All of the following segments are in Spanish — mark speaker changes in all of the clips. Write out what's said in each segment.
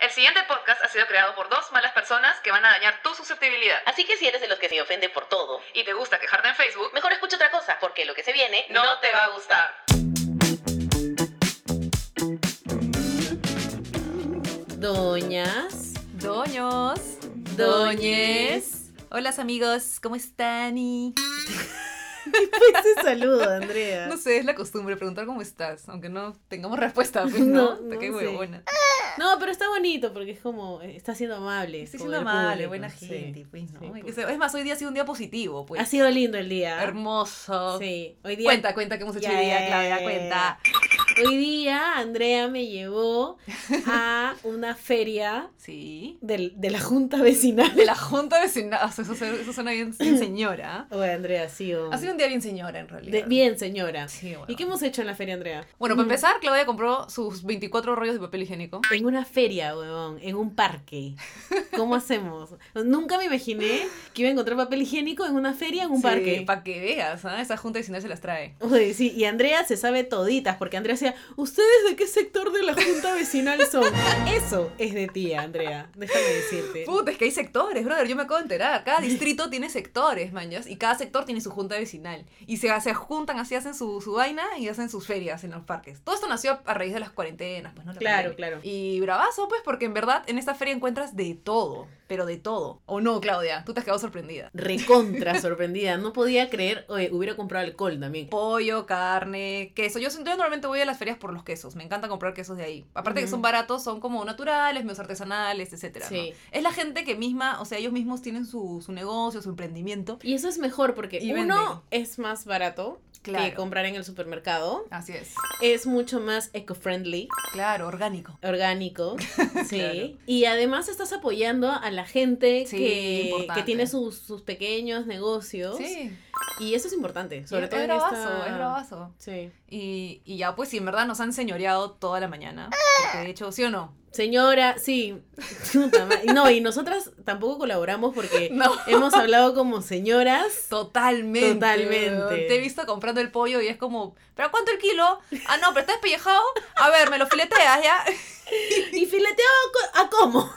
Speaker 1: El siguiente podcast ha sido creado por dos malas personas que van a dañar tu susceptibilidad.
Speaker 2: Así que si eres de los que se ofende por todo,
Speaker 1: Y te gusta quejarte en Facebook,
Speaker 2: mejor escucha otra cosa, porque lo que se viene
Speaker 1: no, te va a gustar.
Speaker 2: Doñas,
Speaker 3: Doños.
Speaker 2: doñes.
Speaker 3: Hola amigos, ¿cómo están? Y-
Speaker 4: Ese saludo, Andrea.
Speaker 3: No sé, es la costumbre preguntar cómo estás, aunque no tengamos respuesta, pues
Speaker 4: No,
Speaker 3: no, Te qué
Speaker 4: no sé.
Speaker 3: huevona.
Speaker 4: No, pero está bonito porque es como, eh, está siendo amable.
Speaker 3: Estoy
Speaker 4: con
Speaker 3: siendo
Speaker 4: el
Speaker 3: amable,
Speaker 4: público,
Speaker 3: buena
Speaker 4: sí.
Speaker 3: gente, pues no.
Speaker 4: sí,
Speaker 3: Hay que
Speaker 4: pues.
Speaker 3: ser- Es más, hoy día ha sido un día positivo, pues.
Speaker 4: Ha sido lindo el día.
Speaker 3: hermoso.
Speaker 4: Sí, hoy día,
Speaker 3: Cuenta, cuenta que hemos hecho
Speaker 4: Ya,
Speaker 3: hoy día,
Speaker 4: ya,
Speaker 3: Claudia,
Speaker 4: ya, ya,
Speaker 3: cuenta.
Speaker 4: hoy día Andrea me llevó a una feria
Speaker 3: Sí.
Speaker 4: del- de la junta vecinal.
Speaker 3: De la junta de vecinos, eso, se- eso suena bien, bien señora.
Speaker 4: Oye, Andrea, ha sido,
Speaker 3: Ha sido un día bien señora, en realidad.
Speaker 4: de- bien, señora.
Speaker 3: Sí, bueno.
Speaker 4: ¿Y qué hemos hecho en la feria, Andrea?
Speaker 3: Bueno, para empezar, Claudia compró sus 24 rollos de papel higiénico.
Speaker 4: En una feria, huevón, en un parque. ¿Cómo hacemos? Nunca me imaginé que iba a encontrar papel higiénico en una feria, en un parque.
Speaker 3: Para que veas, ¿ah? Esa junta de vecinal se las trae.
Speaker 4: Uy, sí, y Andrea se sabe toditas, porque Andrea decía, ¿ustedes de qué sector de la junta vecinal son? Eso es de tía, Andrea, déjame decirte.
Speaker 3: Puta, es que hay sectores, brother. Yo me acabo de enterar. Cada distrito tiene sectores, manjas. Y cada sector tiene su junta vecinal. Y se, se juntan así, hacen su, su vaina y hacen sus ferias en los parques. Todo esto nació a, a raíz de las cuarentenas, pues, ¿no? La
Speaker 4: Claro, claro.
Speaker 3: Y bravazo, pues, porque en verdad en esta feria encuentras de todo. Pero de todo. ¿O no, Claudia? Tú te has quedado sorprendida.
Speaker 4: Recontra sorprendida, no podía creer, oye, hubiera comprado alcohol también.
Speaker 3: Pollo, carne, queso. Yo, yo normalmente voy a las ferias por los quesos. Me encanta comprar quesos de ahí. Aparte que
Speaker 4: Ujú.
Speaker 3: son baratos, son como naturales, medios artesanales, etcétera. ¿no?
Speaker 4: Sí.
Speaker 3: Es la gente que misma, o sea, ellos mismos tienen su, su negocio, su emprendimiento.
Speaker 4: Y eso es mejor porque
Speaker 3: Y
Speaker 4: uno es más barato que
Speaker 3: Claro.
Speaker 4: comprar en el supermercado,
Speaker 3: Así es.
Speaker 4: es mucho más eco-friendly,
Speaker 3: Claro, orgánico.
Speaker 4: orgánico, sí.
Speaker 3: Claro.
Speaker 4: Y además estás apoyando a la gente
Speaker 3: Sí,
Speaker 4: que, que
Speaker 3: importante.
Speaker 4: tiene sus, sus pequeños negocios.
Speaker 3: Sí,
Speaker 4: Y eso es importante, sobre
Speaker 3: es,
Speaker 4: todo
Speaker 3: es
Speaker 4: en
Speaker 3: bravazo,
Speaker 4: esta...
Speaker 3: es bravazo.
Speaker 4: Sí.
Speaker 3: Y, y ya, pues, sí, en verdad nos han señoreado toda la mañana. Porque de hecho, ¿sí o no?
Speaker 4: Señora, sí. Puta ma- No, y nosotras tampoco colaboramos porque
Speaker 3: No.
Speaker 4: hemos hablado como señoras.
Speaker 3: Totalmente.
Speaker 4: Totalmente.
Speaker 3: weón. Te he visto comprando el pollo y es como, ¿pero cuánto el kilo? Ah, no, pero está despellejado. A ver, me lo fileteas ya.
Speaker 4: Y fileteo co- a cómo.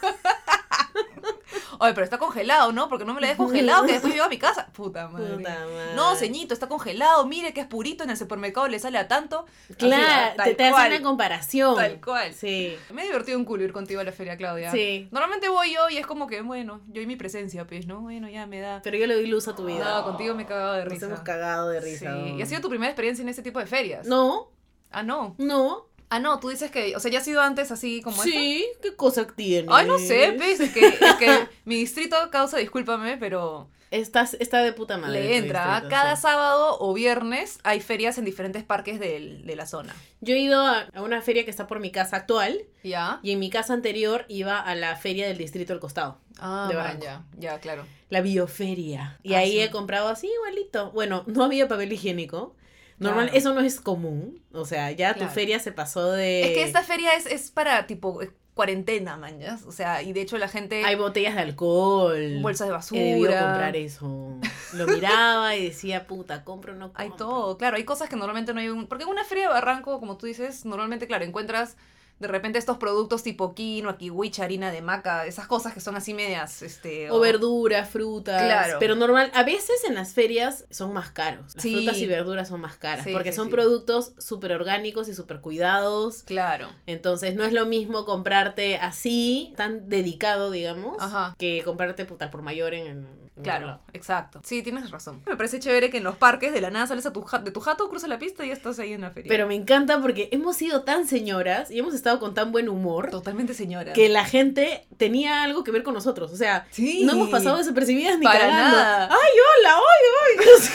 Speaker 3: Oye, pero está congelado, ¿no? Porque no me lo dejes congelado que después llevo a mi casa. Puta madre.
Speaker 4: Puta madre.
Speaker 3: No, ceñito, está congelado. Mire que es purito en el supermercado, le sale a tanto. Así, ah,
Speaker 4: Claro,
Speaker 3: tal
Speaker 4: te, te hace
Speaker 3: cual,
Speaker 4: una comparación.
Speaker 3: Tal cual.
Speaker 4: Sí.
Speaker 3: Me he divertido un culo ir contigo a la feria, Claudia.
Speaker 4: Sí.
Speaker 3: Normalmente voy yo y es como que, bueno, yo y mi presencia, pues, ¿no? Bueno, ya me da.
Speaker 4: Pero yo le doy luz a tu vida.
Speaker 3: No, contigo me he cagado de
Speaker 4: Nos
Speaker 3: risa.
Speaker 4: hemos cagado de risa.
Speaker 3: Sí.
Speaker 4: ¿no?
Speaker 3: ¿Y ha sido tu primera experiencia en este tipo de ferias?
Speaker 4: No,
Speaker 3: Ah, no.
Speaker 4: no.
Speaker 3: Ah, no, tú dices que, o sea, ya ha sido antes así como esta?
Speaker 4: Sí, ¿qué cosa tiene?
Speaker 3: Ay, no sé, pues, es que, es que mi distrito causa, discúlpame, pero
Speaker 4: Estás, está de puta madre. tu
Speaker 3: le entra. ¿ah?
Speaker 4: distrito,
Speaker 3: Cada
Speaker 4: sí.
Speaker 3: sábado o viernes hay ferias en diferentes parques del- de la zona.
Speaker 4: Yo he ido a a una feria que está por mi casa actual.
Speaker 3: ¿Ya?
Speaker 4: Y en mi casa anterior iba a la feria del distrito al costado,
Speaker 3: Ah,
Speaker 4: De
Speaker 3: man,
Speaker 4: Barranco.
Speaker 3: ya, ya, claro.
Speaker 4: la bioferia. Y
Speaker 3: Ah,
Speaker 4: ahí
Speaker 3: sí.
Speaker 4: he comprado así igualito. Bueno, no había papel higiénico. Normal,
Speaker 3: Claro.
Speaker 4: eso no es común. O sea, ya
Speaker 3: Claro.
Speaker 4: tu feria se pasó de.
Speaker 3: Es que esta feria es, es para tipo eh, cuarentena, mañas. O sea, y de hecho la gente.
Speaker 4: Hay botellas de alcohol.
Speaker 3: bolsas de
Speaker 4: He debido
Speaker 3: basura.
Speaker 4: comprar eso. Lo miraba y decía, puta, compro o no compro.
Speaker 3: hay todo, claro, hay cosas que normalmente no hay un... Porque en una feria de Barranco, como tú dices, normalmente, claro, encuentras de repente estos productos tipo quinoa, kiwicha, harina de maca, esas cosas que son así medias, este...
Speaker 4: O verduras, frutas.
Speaker 3: Claro.
Speaker 4: Pero normal, a veces en las ferias son más caros. Las
Speaker 3: Sí.
Speaker 4: frutas y verduras son más caras.
Speaker 3: Sí,
Speaker 4: porque
Speaker 3: sí,
Speaker 4: son
Speaker 3: sí.
Speaker 4: productos súper orgánicos y súper cuidados.
Speaker 3: Claro.
Speaker 4: Entonces no es lo mismo comprarte así, tan dedicado, digamos,
Speaker 3: Ajá.
Speaker 4: que comprarte puta por mayor en, en otro
Speaker 3: Claro,
Speaker 4: lado.
Speaker 3: exacto. Sí, tienes razón. Me parece chévere que en los parques de la nada sales a tu ja- de tu jato, cruzas la pista y ya estás ahí en la feria.
Speaker 4: Pero me encanta porque hemos sido tan señoras y hemos estado con tan buen humor
Speaker 3: totalmente señora.
Speaker 4: que la gente tenía algo que ver con nosotros. O sea,
Speaker 3: Sí.
Speaker 4: no hemos pasado desapercibidas ni
Speaker 3: Para
Speaker 4: cagando.
Speaker 3: nada.
Speaker 4: ¡Ay, hola! ¡Ay, ay!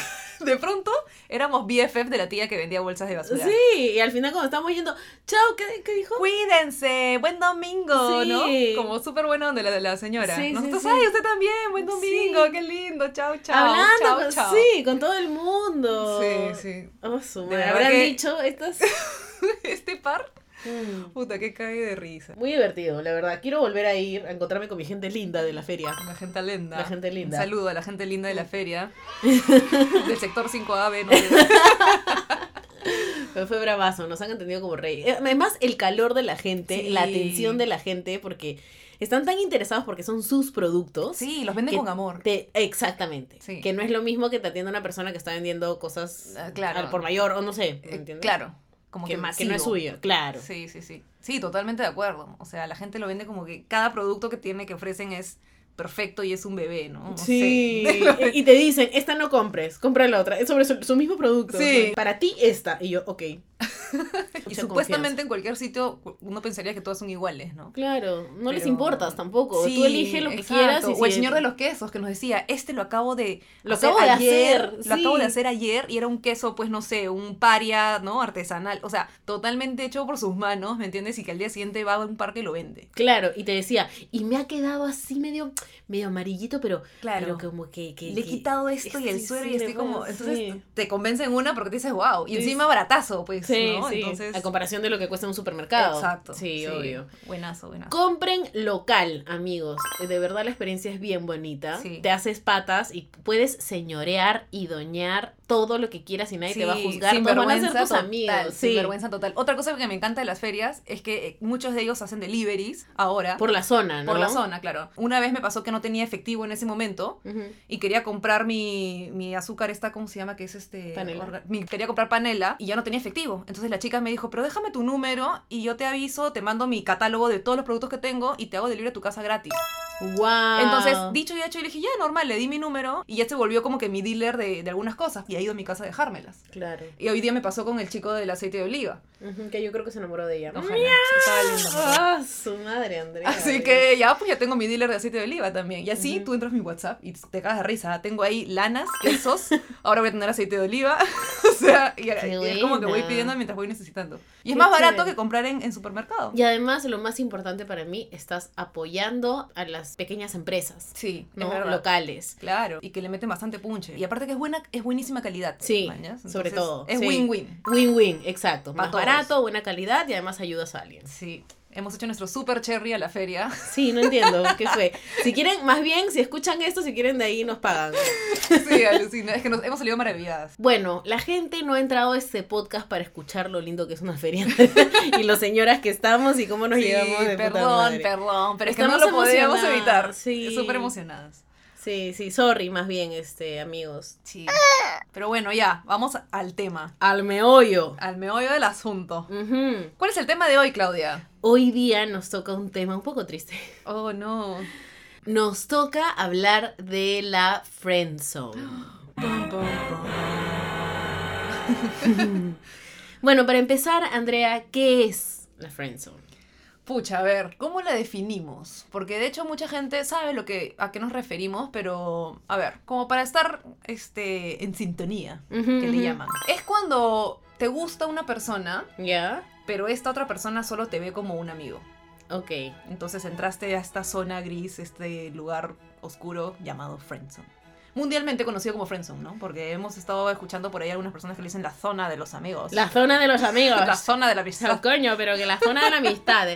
Speaker 3: De pronto éramos BFF de la tía que vendía bolsas de basura.
Speaker 4: sí, y al final cuando estábamos yendo, chao, ¿qué, qué dijo?
Speaker 3: Cuídense, buen domingo,
Speaker 4: Sí.
Speaker 3: ¿no? Como súper buena onda la de la señora.
Speaker 4: Sí, sí,
Speaker 3: Nosotros,
Speaker 4: sí.
Speaker 3: ay, usted también, buen domingo,
Speaker 4: Sí.
Speaker 3: qué lindo, chao, chao.
Speaker 4: Hablando,
Speaker 3: chao,
Speaker 4: con-
Speaker 3: chao.
Speaker 4: sí, con todo el mundo.
Speaker 3: Sí, sí.
Speaker 4: Oh, su
Speaker 3: De
Speaker 4: madre.
Speaker 3: verdad
Speaker 4: Habrán
Speaker 3: que-
Speaker 4: dicho estas...
Speaker 3: Este par,
Speaker 4: Mm.
Speaker 3: puta, que cae de risa.
Speaker 4: Muy divertido, la verdad. Quiero volver a ir a encontrarme con mi gente linda de la feria.
Speaker 3: La gente linda.
Speaker 4: La gente linda.
Speaker 3: Un saludo a la gente linda de la feria. del sector 5AB, no sé.
Speaker 4: Pero fue bravazo, nos han entendido como rey. Eh, Además, el calor de la gente,
Speaker 3: Sí.
Speaker 4: la atención de la gente, porque están tan interesados porque son sus productos.
Speaker 3: Sí, los venden
Speaker 4: que
Speaker 3: con amor.
Speaker 4: te- exactamente.
Speaker 3: Sí.
Speaker 4: Que no es lo mismo que te atienda una persona que está vendiendo cosas
Speaker 3: Ah, claro.
Speaker 4: al por mayor o no sé. ¿me
Speaker 3: Eh,
Speaker 4: entiendes?
Speaker 3: claro. Como
Speaker 4: Que,
Speaker 3: que,
Speaker 4: que
Speaker 3: masivo.
Speaker 4: no es suyo, claro.
Speaker 3: Sí, sí, sí. Sí, totalmente de acuerdo. O sea, la gente lo vende como que cada producto que tiene que ofrecen es perfecto y es un bebé, ¿no? No
Speaker 4: Sí,
Speaker 3: sé.
Speaker 4: y- y te dicen, esta no compres, compra la otra. Es sobre su, su mismo producto.
Speaker 3: Sí.
Speaker 4: Para ti, esta. Y yo, ok.
Speaker 3: y
Speaker 4: Mucha
Speaker 3: supuestamente en cualquier sitio uno pensaría que todas son iguales, ¿no?
Speaker 4: confianza. Claro, no les
Speaker 3: Pero-
Speaker 4: importas tampoco.
Speaker 3: Sí,
Speaker 4: Tú eliges lo que
Speaker 3: exacto.
Speaker 4: quieras. y
Speaker 3: O el
Speaker 4: si-
Speaker 3: señor de los quesos que nos decía, este lo acabo de
Speaker 4: Lo
Speaker 3: hacer
Speaker 4: acabo de
Speaker 3: ayer,
Speaker 4: hacer,
Speaker 3: Lo acabo de
Speaker 4: sí.
Speaker 3: hacer ayer y era un queso, pues no sé, un paria, ¿no? Artesanal. O sea, totalmente hecho por sus manos, ¿me entiendes? Y que al día siguiente va a un parque y lo vende.
Speaker 4: Claro, y te decía, y me ha quedado así medio, medio amarillito, pero, pero como que, que-
Speaker 3: le he
Speaker 4: que-
Speaker 3: quitado esto y el
Speaker 4: sí,
Speaker 3: suero
Speaker 4: sí,
Speaker 3: y estoy
Speaker 4: le
Speaker 3: como...
Speaker 4: puedo-
Speaker 3: Entonces
Speaker 4: sí.
Speaker 3: te convencen una porque te dices, wow. Y
Speaker 4: Sí,
Speaker 3: encima baratazo, pues,
Speaker 4: Sí,
Speaker 3: ¿no?
Speaker 4: sí,
Speaker 3: Entonces...
Speaker 4: a comparación de lo que cuesta en un supermercado.
Speaker 3: Exacto.
Speaker 4: Sí, obvio.
Speaker 3: Buenazo, buenazo.
Speaker 4: Compren local, amigos. De verdad la experiencia es bien bonita.
Speaker 3: Sí.
Speaker 4: Te haces patas y puedes señorear y doñar todo lo que quieras y nadie te va a
Speaker 3: Sí,
Speaker 4: juzgar. Todos van a ser tus amigos.
Speaker 3: Sin
Speaker 4: Sí.
Speaker 3: vergüenza total. Otra cosa que me encanta de las ferias es que eh, muchos de ellos hacen deliveries ahora.
Speaker 4: Por la zona, ¿no?
Speaker 3: Por la zona, claro. Una vez me pasó que no tenía efectivo en ese momento
Speaker 4: Ujú.
Speaker 3: y quería comprar mi, mi azúcar esta, ¿cómo se llama? Que es este...
Speaker 4: Panela.
Speaker 3: orga- mi- quería comprar panela y ya no tenía efectivo. Entonces la chica me dijo, pero déjame tu número y yo te aviso, te mando mi catálogo de todos los productos que tengo y te hago delivery a tu casa gratis.
Speaker 4: Wow.
Speaker 3: Entonces, dicho y hecho, y le dije, ya, normal, le di mi número y ya se volvió como que mi dealer de, de algunas cosas y ha ido a mi casa a dejármelas.
Speaker 4: Claro.
Speaker 3: Y hoy día me pasó con el chico del aceite de oliva.
Speaker 4: Ujú, que yo creo que se enamoró de ella.
Speaker 3: Ojalá. Estaba lindo, ¿no?
Speaker 4: Ah, su madre, Andrea.
Speaker 3: Así que ya, pues ya tengo mi dealer de aceite de oliva también. Y así
Speaker 4: Ujú.
Speaker 3: tú entras a mi WhatsApp y te cagas de risa. Tengo ahí lanas, quesos, ahora voy a tener aceite de oliva. o sea, y,
Speaker 4: Qué
Speaker 3: y es como que voy
Speaker 4: buena.
Speaker 3: pidiendo mientras voy necesitando. Y es
Speaker 4: Qué
Speaker 3: más barato
Speaker 4: chévere.
Speaker 3: que comprar en, en supermercado.
Speaker 4: Y además, lo más importante para mí, estás apoyando a las pequeñas empresas,
Speaker 3: Sí, es
Speaker 4: ¿no?
Speaker 3: verdad.
Speaker 4: Locales.
Speaker 3: Claro, y que le meten bastante punche. Y aparte que es buena, es buenísima calidad.
Speaker 4: Sí,
Speaker 3: mañas.
Speaker 4: sobre
Speaker 3: Entonces,
Speaker 4: todo,
Speaker 3: Es
Speaker 4: sí.
Speaker 3: win-win.
Speaker 4: Win-win, exacto.
Speaker 3: Pa'
Speaker 4: Más
Speaker 3: todos.
Speaker 4: barato, buena calidad y además ayudas a alguien.
Speaker 3: Sí, hemos hecho nuestro super cherry a la feria.
Speaker 4: Sí, no entiendo qué fue. Si quieren, más bien, si escuchan esto, si quieren de ahí nos pagan.
Speaker 3: sí, alucina, es que nos hemos salido maravilladas.
Speaker 4: Bueno, la gente no ha entrado a este podcast para escuchar lo lindo que es una feria y lo señoras que estamos y cómo nos
Speaker 3: Sí,
Speaker 4: llevamos de puta
Speaker 3: perdón,
Speaker 4: madre.
Speaker 3: perdón, pero es que no
Speaker 4: Estamos
Speaker 3: lo podíamos
Speaker 4: emocionadas,
Speaker 3: evitar.
Speaker 4: sí.
Speaker 3: Súper emocionadas.
Speaker 4: Sí, sí, sorry, más bien, este, amigos.
Speaker 3: Sí. Pero bueno, ya, vamos al tema,
Speaker 4: Al meollo.
Speaker 3: al meollo del asunto.
Speaker 4: Ujú.
Speaker 3: ¿Cuál es el tema de hoy, Claudia?
Speaker 4: Hoy día nos toca un tema un poco triste.
Speaker 3: Oh, no.
Speaker 4: Nos toca hablar de la friendzone.
Speaker 3: Pum, pum, pum.
Speaker 4: bueno, para empezar, Andrea, ¿qué es la friendzone?
Speaker 3: Pucha, a ver, ¿cómo la definimos? Porque de hecho mucha gente sabe lo que, a qué nos referimos, pero a ver, como para estar este, en sintonía, que le llaman. Es cuando te gusta una persona,
Speaker 4: Ya,
Speaker 3: pero esta otra persona solo te ve como un amigo.
Speaker 4: ok.
Speaker 3: Entonces entraste a esta zona gris, este lugar oscuro llamado Friendzone. Mundialmente conocido como Friendzone, ¿no? Porque hemos estado escuchando por ahí algunas personas que le dicen la zona de los amigos.
Speaker 4: La zona de los amigos.
Speaker 3: La zona de la amistad.
Speaker 4: No, coño, pero que la zona de la amistad.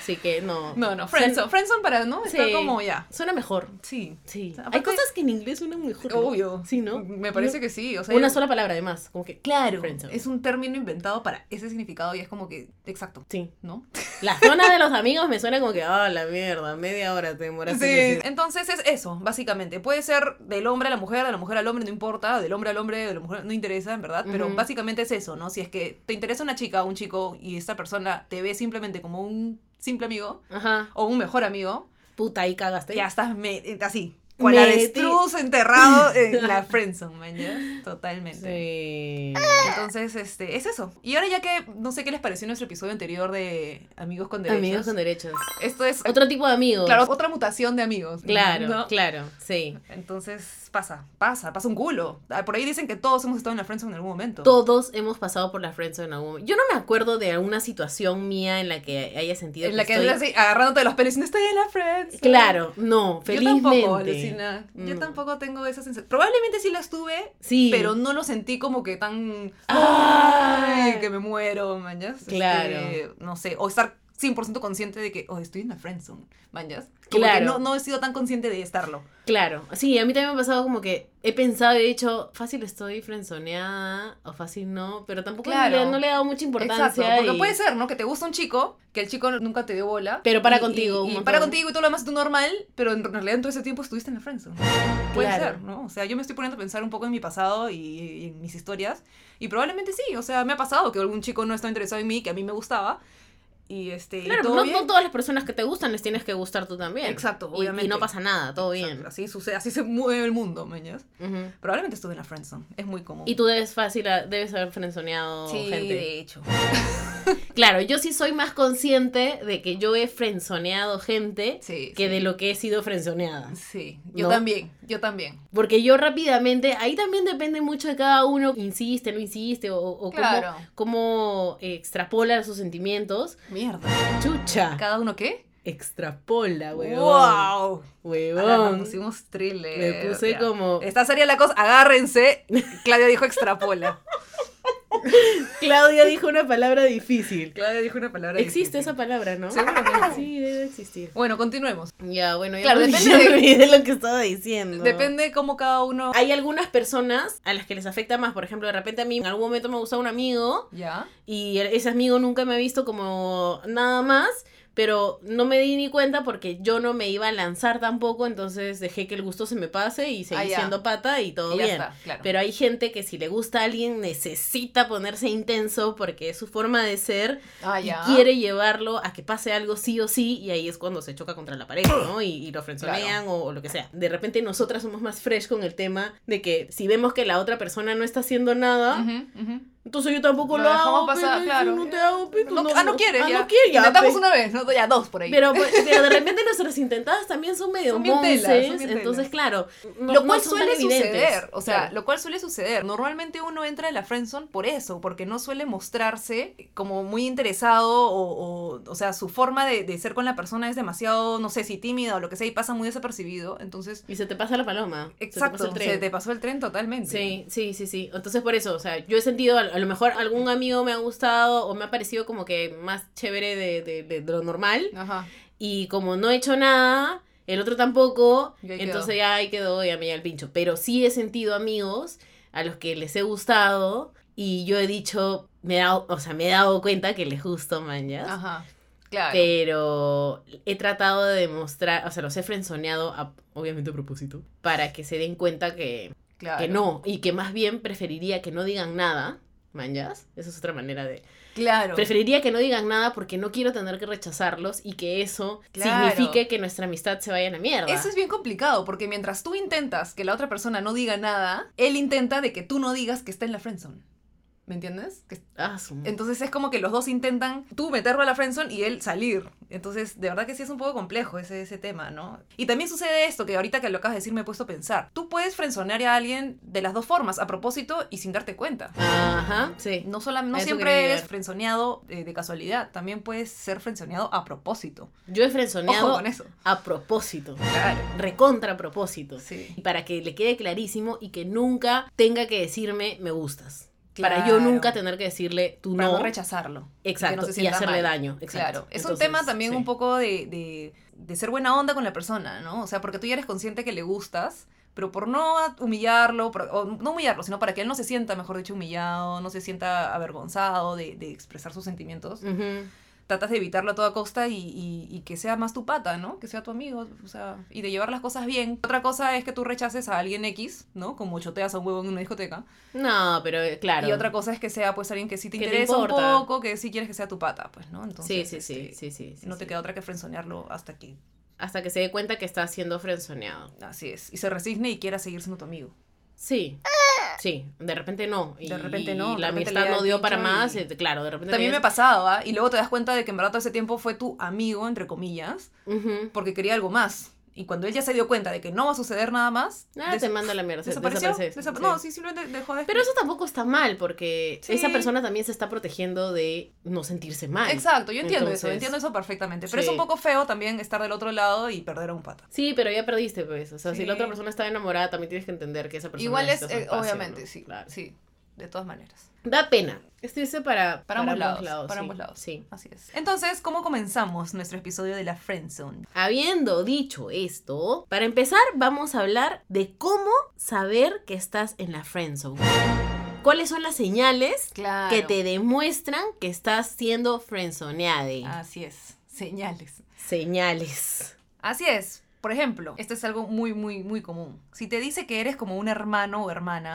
Speaker 4: Así que no.
Speaker 3: No, no, Friendzone. Friendzone para, ¿no? Está
Speaker 4: Sí.
Speaker 3: como ya.
Speaker 4: Suena mejor.
Speaker 3: Sí.
Speaker 4: Sí. Hay
Speaker 3: Aparte-
Speaker 4: cosas que en inglés suenan mejor. ¿no?
Speaker 3: Obvio.
Speaker 4: Sí, ¿no?
Speaker 3: Me parece que sí. O sea,
Speaker 4: Una sola palabra, además. Como que.
Speaker 3: Claro.
Speaker 4: Friendzone.
Speaker 3: Es un término inventado para ese significado y es como que exacto,
Speaker 4: Sí.
Speaker 3: ¿no?
Speaker 4: La zona de los amigos me suena como que, ah, la mierda, media hora te demoraste. en
Speaker 3: Sí.
Speaker 4: decir.
Speaker 3: Entonces es eso, básicamente. Puede ser del hombre a la mujer, de la mujer al hombre, no importa, del hombre al hombre, de la mujer no interesa, en verdad. Pero
Speaker 4: Ujú.
Speaker 3: básicamente es eso, ¿no? Si es que te interesa una chica o un chico y esta persona te ve simplemente como un simple amigo
Speaker 4: Ajá.
Speaker 3: o un mejor amigo,
Speaker 4: Puta, ahí cagaste.
Speaker 3: ya estás me- así. Cual avestruz enterrado en la friendzone, man, ¿ya? Totalmente.
Speaker 4: Sí.
Speaker 3: Entonces, este, es eso. Y ahora ya que no sé qué les pareció nuestro episodio anterior de Amigos con Derechos.
Speaker 4: Amigos con derechos.
Speaker 3: Esto es,
Speaker 4: Otro tipo de amigos.
Speaker 3: claro, otra mutación de amigos.
Speaker 4: Claro,
Speaker 3: ¿no?
Speaker 4: claro, sí.
Speaker 3: Entonces pasa, pasa, pasa un culo. Ah, Por ahí dicen que todos hemos estado en la friendzone en algún momento.
Speaker 4: Todos hemos pasado por la friendzone en algún momento. Yo no me acuerdo de alguna situación mía en la que haya sentido
Speaker 3: En la que
Speaker 4: estoy-
Speaker 3: andas así, agarrándote de los pelos y no estoy en la friendzone.
Speaker 4: Claro, no,
Speaker 3: Yo
Speaker 4: felizmente.
Speaker 3: tampoco, Lucina. Yo
Speaker 4: No.
Speaker 3: tampoco tengo esa sensación. Probablemente sí las tuve,
Speaker 4: Sí.
Speaker 3: pero no lo sentí como que tan.
Speaker 4: ¡Ay!
Speaker 3: ¡Ay! Que me muero, mañas. Este,
Speaker 4: Claro.
Speaker 3: no sé, o estar 100% consciente de que, oh, estoy en la friendzone, manjas. Como
Speaker 4: Claro.
Speaker 3: que no, no he sido tan consciente de estarlo.
Speaker 4: Claro, sí, a mí también me ha pasado como que he pensado y he dicho, fácil estoy frenzoneada o fácil no, pero tampoco
Speaker 3: Claro.
Speaker 4: le- no le he dado mucha importancia.
Speaker 3: Exacto, porque
Speaker 4: y-
Speaker 3: puede ser, ¿no? Que te gusta un chico, que el chico nunca te dio bola.
Speaker 4: Pero para
Speaker 3: y-
Speaker 4: contigo
Speaker 3: y-
Speaker 4: un
Speaker 3: Y,
Speaker 4: montón.
Speaker 3: para contigo y todo lo demás tú normal, pero en realidad en todo ese tiempo estuviste en el friendzone. Puede
Speaker 4: Claro.
Speaker 3: ser, ¿no? O sea, yo me estoy poniendo a pensar un poco en mi pasado y, y en mis historias. Y probablemente sí, o sea, me ha pasado que algún chico no estaba interesado en mí, que a mí me gustaba. Y este. y
Speaker 4: Claro,
Speaker 3: todo
Speaker 4: no,
Speaker 3: bien.
Speaker 4: no todas las personas que te gustan les tienes que gustar tú también.
Speaker 3: Exacto,
Speaker 4: Y- Y,
Speaker 3: obviamente.
Speaker 4: no pasa nada, todo bien.
Speaker 3: Así sucede, así se mueve el mundo, mañas.
Speaker 4: Ujú.
Speaker 3: Probablemente estuve en la friendzone, es muy común.
Speaker 4: Y tú debes fácil, a- debes haber frenzoneado gente.
Speaker 3: hecho.
Speaker 4: Claro, yo sí soy más consciente de que yo he frenzoneado gente
Speaker 3: Sí.
Speaker 4: que de lo que he sido frenzoneada.
Speaker 3: Sí, yo
Speaker 4: ¿No?
Speaker 3: también, yo también.
Speaker 4: Porque yo rápidamente, ahí también depende mucho de cada uno, insiste, no insiste, o, o
Speaker 3: Claro.
Speaker 4: cómo, cómo extrapola sus sentimientos.
Speaker 3: Mierda.
Speaker 4: Chucha.
Speaker 3: ¿Cada uno qué?
Speaker 4: Extrapola, huevón.
Speaker 3: ¡Wow! Ahora nos
Speaker 4: Huevón.
Speaker 3: pusimos eh, thriller.
Speaker 4: Me puse
Speaker 3: ya.
Speaker 4: como.
Speaker 3: Esta sería la cosa, agárrense. Claudia dijo extrapola.
Speaker 4: Claudia dijo una palabra difícil.
Speaker 3: Claudia dijo una palabra.
Speaker 4: Existe
Speaker 3: difícil.
Speaker 4: esa palabra, ¿no?
Speaker 3: Seguro que sí.
Speaker 4: Sí, debe existir.
Speaker 3: Bueno, continuemos.
Speaker 4: Ya, bueno, ya
Speaker 3: Claro,
Speaker 4: me-
Speaker 3: depende
Speaker 4: ya
Speaker 3: de-
Speaker 4: me olvidé lo que estaba diciendo.
Speaker 3: Depende cómo cada uno.
Speaker 4: Hay algunas personas a las que les afecta más. Por ejemplo, de repente a mí en algún momento me gustaba un amigo
Speaker 3: Ya.
Speaker 4: y er, ese amigo nunca me ha visto como nada más, pero no me di ni cuenta porque yo no me iba a lanzar tampoco, entonces dejé que el gusto se me pase y seguí
Speaker 3: Ah, ya.
Speaker 4: siendo pata y todo
Speaker 3: Y ya
Speaker 4: bien.
Speaker 3: está, claro.
Speaker 4: Pero hay gente que si le gusta a alguien necesita ponerse intenso porque es su forma de ser
Speaker 3: Ah,
Speaker 4: y
Speaker 3: ya.
Speaker 4: quiere llevarlo a que pase algo sí o sí y ahí es cuando se choca contra la pared, ¿no? Y, y lo frenzonean o, o lo que sea. De repente nosotras somos más fresh con el tema de que si vemos que la otra persona no está haciendo nada,
Speaker 3: Ujú, ujú.
Speaker 4: entonces yo tampoco
Speaker 3: Lo
Speaker 4: lo,
Speaker 3: dejamos
Speaker 4: hago,
Speaker 3: pasar,
Speaker 4: pero
Speaker 3: claro.
Speaker 4: yo no te hago, pero
Speaker 3: No, ah, no quieres.
Speaker 4: ah,
Speaker 3: ya.
Speaker 4: no quieres, ya,
Speaker 3: Intentamos
Speaker 4: pe.
Speaker 3: una vez, ¿no? Ya dos por ahí.
Speaker 4: Pero, pues, pero de repente nuestras intentadas también son medio
Speaker 3: Son bien telas, son
Speaker 4: monces,
Speaker 3: bien
Speaker 4: entonces
Speaker 3: telas.
Speaker 4: claro, no-
Speaker 3: lo
Speaker 4: no
Speaker 3: cual
Speaker 4: son tan
Speaker 3: suele
Speaker 4: evidentes.
Speaker 3: suceder, o sea,
Speaker 4: Claro.
Speaker 3: lo cual suele suceder. Normalmente uno entra en la friendzone por eso, porque no suele mostrarse como muy interesado o, o, o sea, su forma de, de ser con la persona es demasiado, no sé, si tímida o lo que sea y pasa muy desapercibido, entonces...
Speaker 4: y se te pasa la paloma, se te
Speaker 3: Exacto,
Speaker 4: pasa el tren.
Speaker 3: pasó el tren totalmente.
Speaker 4: Sí, sí, sí, sí. Entonces por eso, o sea, yo he sentido, a, a lo mejor algún amigo me ha gustado o me ha parecido como que más chévere de, de- de- de lo normal
Speaker 3: Ajá.
Speaker 4: y como no he hecho nada, el otro tampoco,
Speaker 3: Y ahí quedó.
Speaker 4: entonces ya ahí quedó y a mí ya el pincho. Pero sí he sentido amigos a los que les he gustado y yo he dicho, me he dado, o sea, me he dado cuenta que les gusto, man, ya.
Speaker 3: Ajá. Ah, Claro.
Speaker 4: Pero he tratado de demostrar, o sea, los he frenzoneado, a- obviamente a propósito, para que se den cuenta que
Speaker 3: claro.
Speaker 4: que no, y que más bien preferiría que no digan nada. ¿Manjas? Esa es otra manera de...
Speaker 3: Claro.
Speaker 4: Preferiría que no digan nada porque no quiero tener que rechazarlos y que eso
Speaker 3: Claro.
Speaker 4: signifique que nuestra amistad se vaya a la mierda.
Speaker 3: Eso es bien complicado, porque mientras tú intentas que la otra persona no diga nada, él intenta de que tú no digas que está en la friendzone. ¿Me entiendes? Que
Speaker 4: Ah, su-
Speaker 3: Entonces es como que los dos intentan tú meterlo a la friendzone y él salir. Entonces, de verdad que sí es un poco complejo ese, ese tema, ¿no? Y también sucede esto, que ahorita que lo acabas de decir me he puesto a pensar. Tú puedes frenzonear a alguien de las dos formas, a propósito y sin darte cuenta.
Speaker 4: Ajá, sí.
Speaker 3: No, sola- no
Speaker 4: A eso
Speaker 3: siempre
Speaker 4: quería
Speaker 3: eres
Speaker 4: llegar.
Speaker 3: frenzoneado eh, de casualidad, también puedes ser frenzoneado a propósito.
Speaker 4: Yo he
Speaker 3: Ojo
Speaker 4: frenzoneado
Speaker 3: con e- eso.
Speaker 4: a propósito,
Speaker 3: Claro.
Speaker 4: recontra a propósito.
Speaker 3: Sí.
Speaker 4: Y para que le quede clarísimo y que nunca tenga que decirme me gustas. Para yo
Speaker 3: Claro.
Speaker 4: nunca tener que decirle tú
Speaker 3: Para no,
Speaker 4: no.
Speaker 3: rechazarlo.
Speaker 4: exacto.
Speaker 3: que no se
Speaker 4: y
Speaker 3: sienta
Speaker 4: hacerle
Speaker 3: mal.
Speaker 4: daño. exacto.
Speaker 3: Claro, es un
Speaker 4: Entonces,
Speaker 3: tema también
Speaker 4: sí.
Speaker 3: un poco de, de- de ser buena onda con la persona, ¿no? O sea, porque tú ya eres consciente que le gustas, pero por no humillarlo, por- o no humillarlo, sino para que él no se sienta, mejor dicho, humillado, no se sienta avergonzado de, de expresar sus sentimientos,
Speaker 4: Ujú.
Speaker 3: tratas de evitarlo a toda costa y, y- y que sea más tu pata, ¿no? Que sea tu amigo, o sea, y de llevar las cosas bien. Otra cosa es que tú rechaces a alguien X, ¿no? Como choteas a un huevo en una discoteca.
Speaker 4: No, pero eh, claro.
Speaker 3: Y otra cosa es que sea pues alguien que sí te
Speaker 4: Que te
Speaker 3: interesa un
Speaker 4: importa.
Speaker 3: poco, que sí quieres que sea tu pata, pues, ¿no?
Speaker 4: Sí,
Speaker 3: Entonces,
Speaker 4: sí, sí,
Speaker 3: este,
Speaker 4: sí, sí, sí,
Speaker 3: no te
Speaker 4: sí.
Speaker 3: queda otra que frenzonearlo hasta aquí.
Speaker 4: Hasta que se dé cuenta que está siendo frenzoneado.
Speaker 3: Así es. Y se resigne y quiera seguir siendo tu amigo.
Speaker 4: Sí. Sí, de repente no. Y,
Speaker 3: De repente
Speaker 4: y
Speaker 3: no, de
Speaker 4: la
Speaker 3: repente le
Speaker 4: amistad
Speaker 3: da
Speaker 4: no
Speaker 3: el
Speaker 4: dio para
Speaker 3: pincho
Speaker 4: más.
Speaker 3: y-
Speaker 4: eh, Claro, de repente.
Speaker 3: También me
Speaker 4: le-
Speaker 3: ha pasado, ¿ah? Y luego te das cuenta de que en verdad todo ese tiempo fue tu amigo, entre comillas,
Speaker 4: Ujú.
Speaker 3: porque quería algo más. Y cuando él ya se dio cuenta de que no va a suceder nada más,
Speaker 4: Ah,
Speaker 3: des-
Speaker 4: te manda la mierda. se-
Speaker 3: desapareció.
Speaker 4: desaparece,
Speaker 3: desapa-
Speaker 4: sí.
Speaker 3: No, sí, simplemente dejó de...
Speaker 4: Pero eso tampoco está mal porque
Speaker 3: Sí.
Speaker 4: esa persona también se está protegiendo de no sentirse mal.
Speaker 3: Exacto, yo entiendo eso,
Speaker 4: Entonces-
Speaker 3: entiendo eso perfectamente. Pero es
Speaker 4: Sí.
Speaker 3: un poco feo también estar del otro lado y perder a un pata.
Speaker 4: Sí, pero ya perdiste, pues. O sea, si la
Speaker 3: Sí.
Speaker 4: otra persona está enamorada, también tienes que entender que esa persona
Speaker 3: Igual es,
Speaker 4: necesita su
Speaker 3: eh,
Speaker 4: espacio,
Speaker 3: obviamente,
Speaker 4: ¿no?
Speaker 3: sí,
Speaker 4: Claro.
Speaker 3: sí. de todas maneras.
Speaker 4: Da pena. Es triste para,
Speaker 3: Para ambos lados, para
Speaker 4: sí.
Speaker 3: ambos lados.
Speaker 4: Sí.
Speaker 3: Así es. Entonces, ¿cómo comenzamos nuestro episodio de la Friendzone?
Speaker 4: Habiendo dicho esto, para empezar vamos a hablar de cómo saber que estás en la friendzone. ¿Cuáles son las señales
Speaker 3: Claro.
Speaker 4: que te demuestran que estás siendo friendzoneade?
Speaker 3: Así es. Señales.
Speaker 4: Señales.
Speaker 3: Así es. Por ejemplo, esto es algo muy, muy, muy común. Si te dice que eres como un hermano o hermana,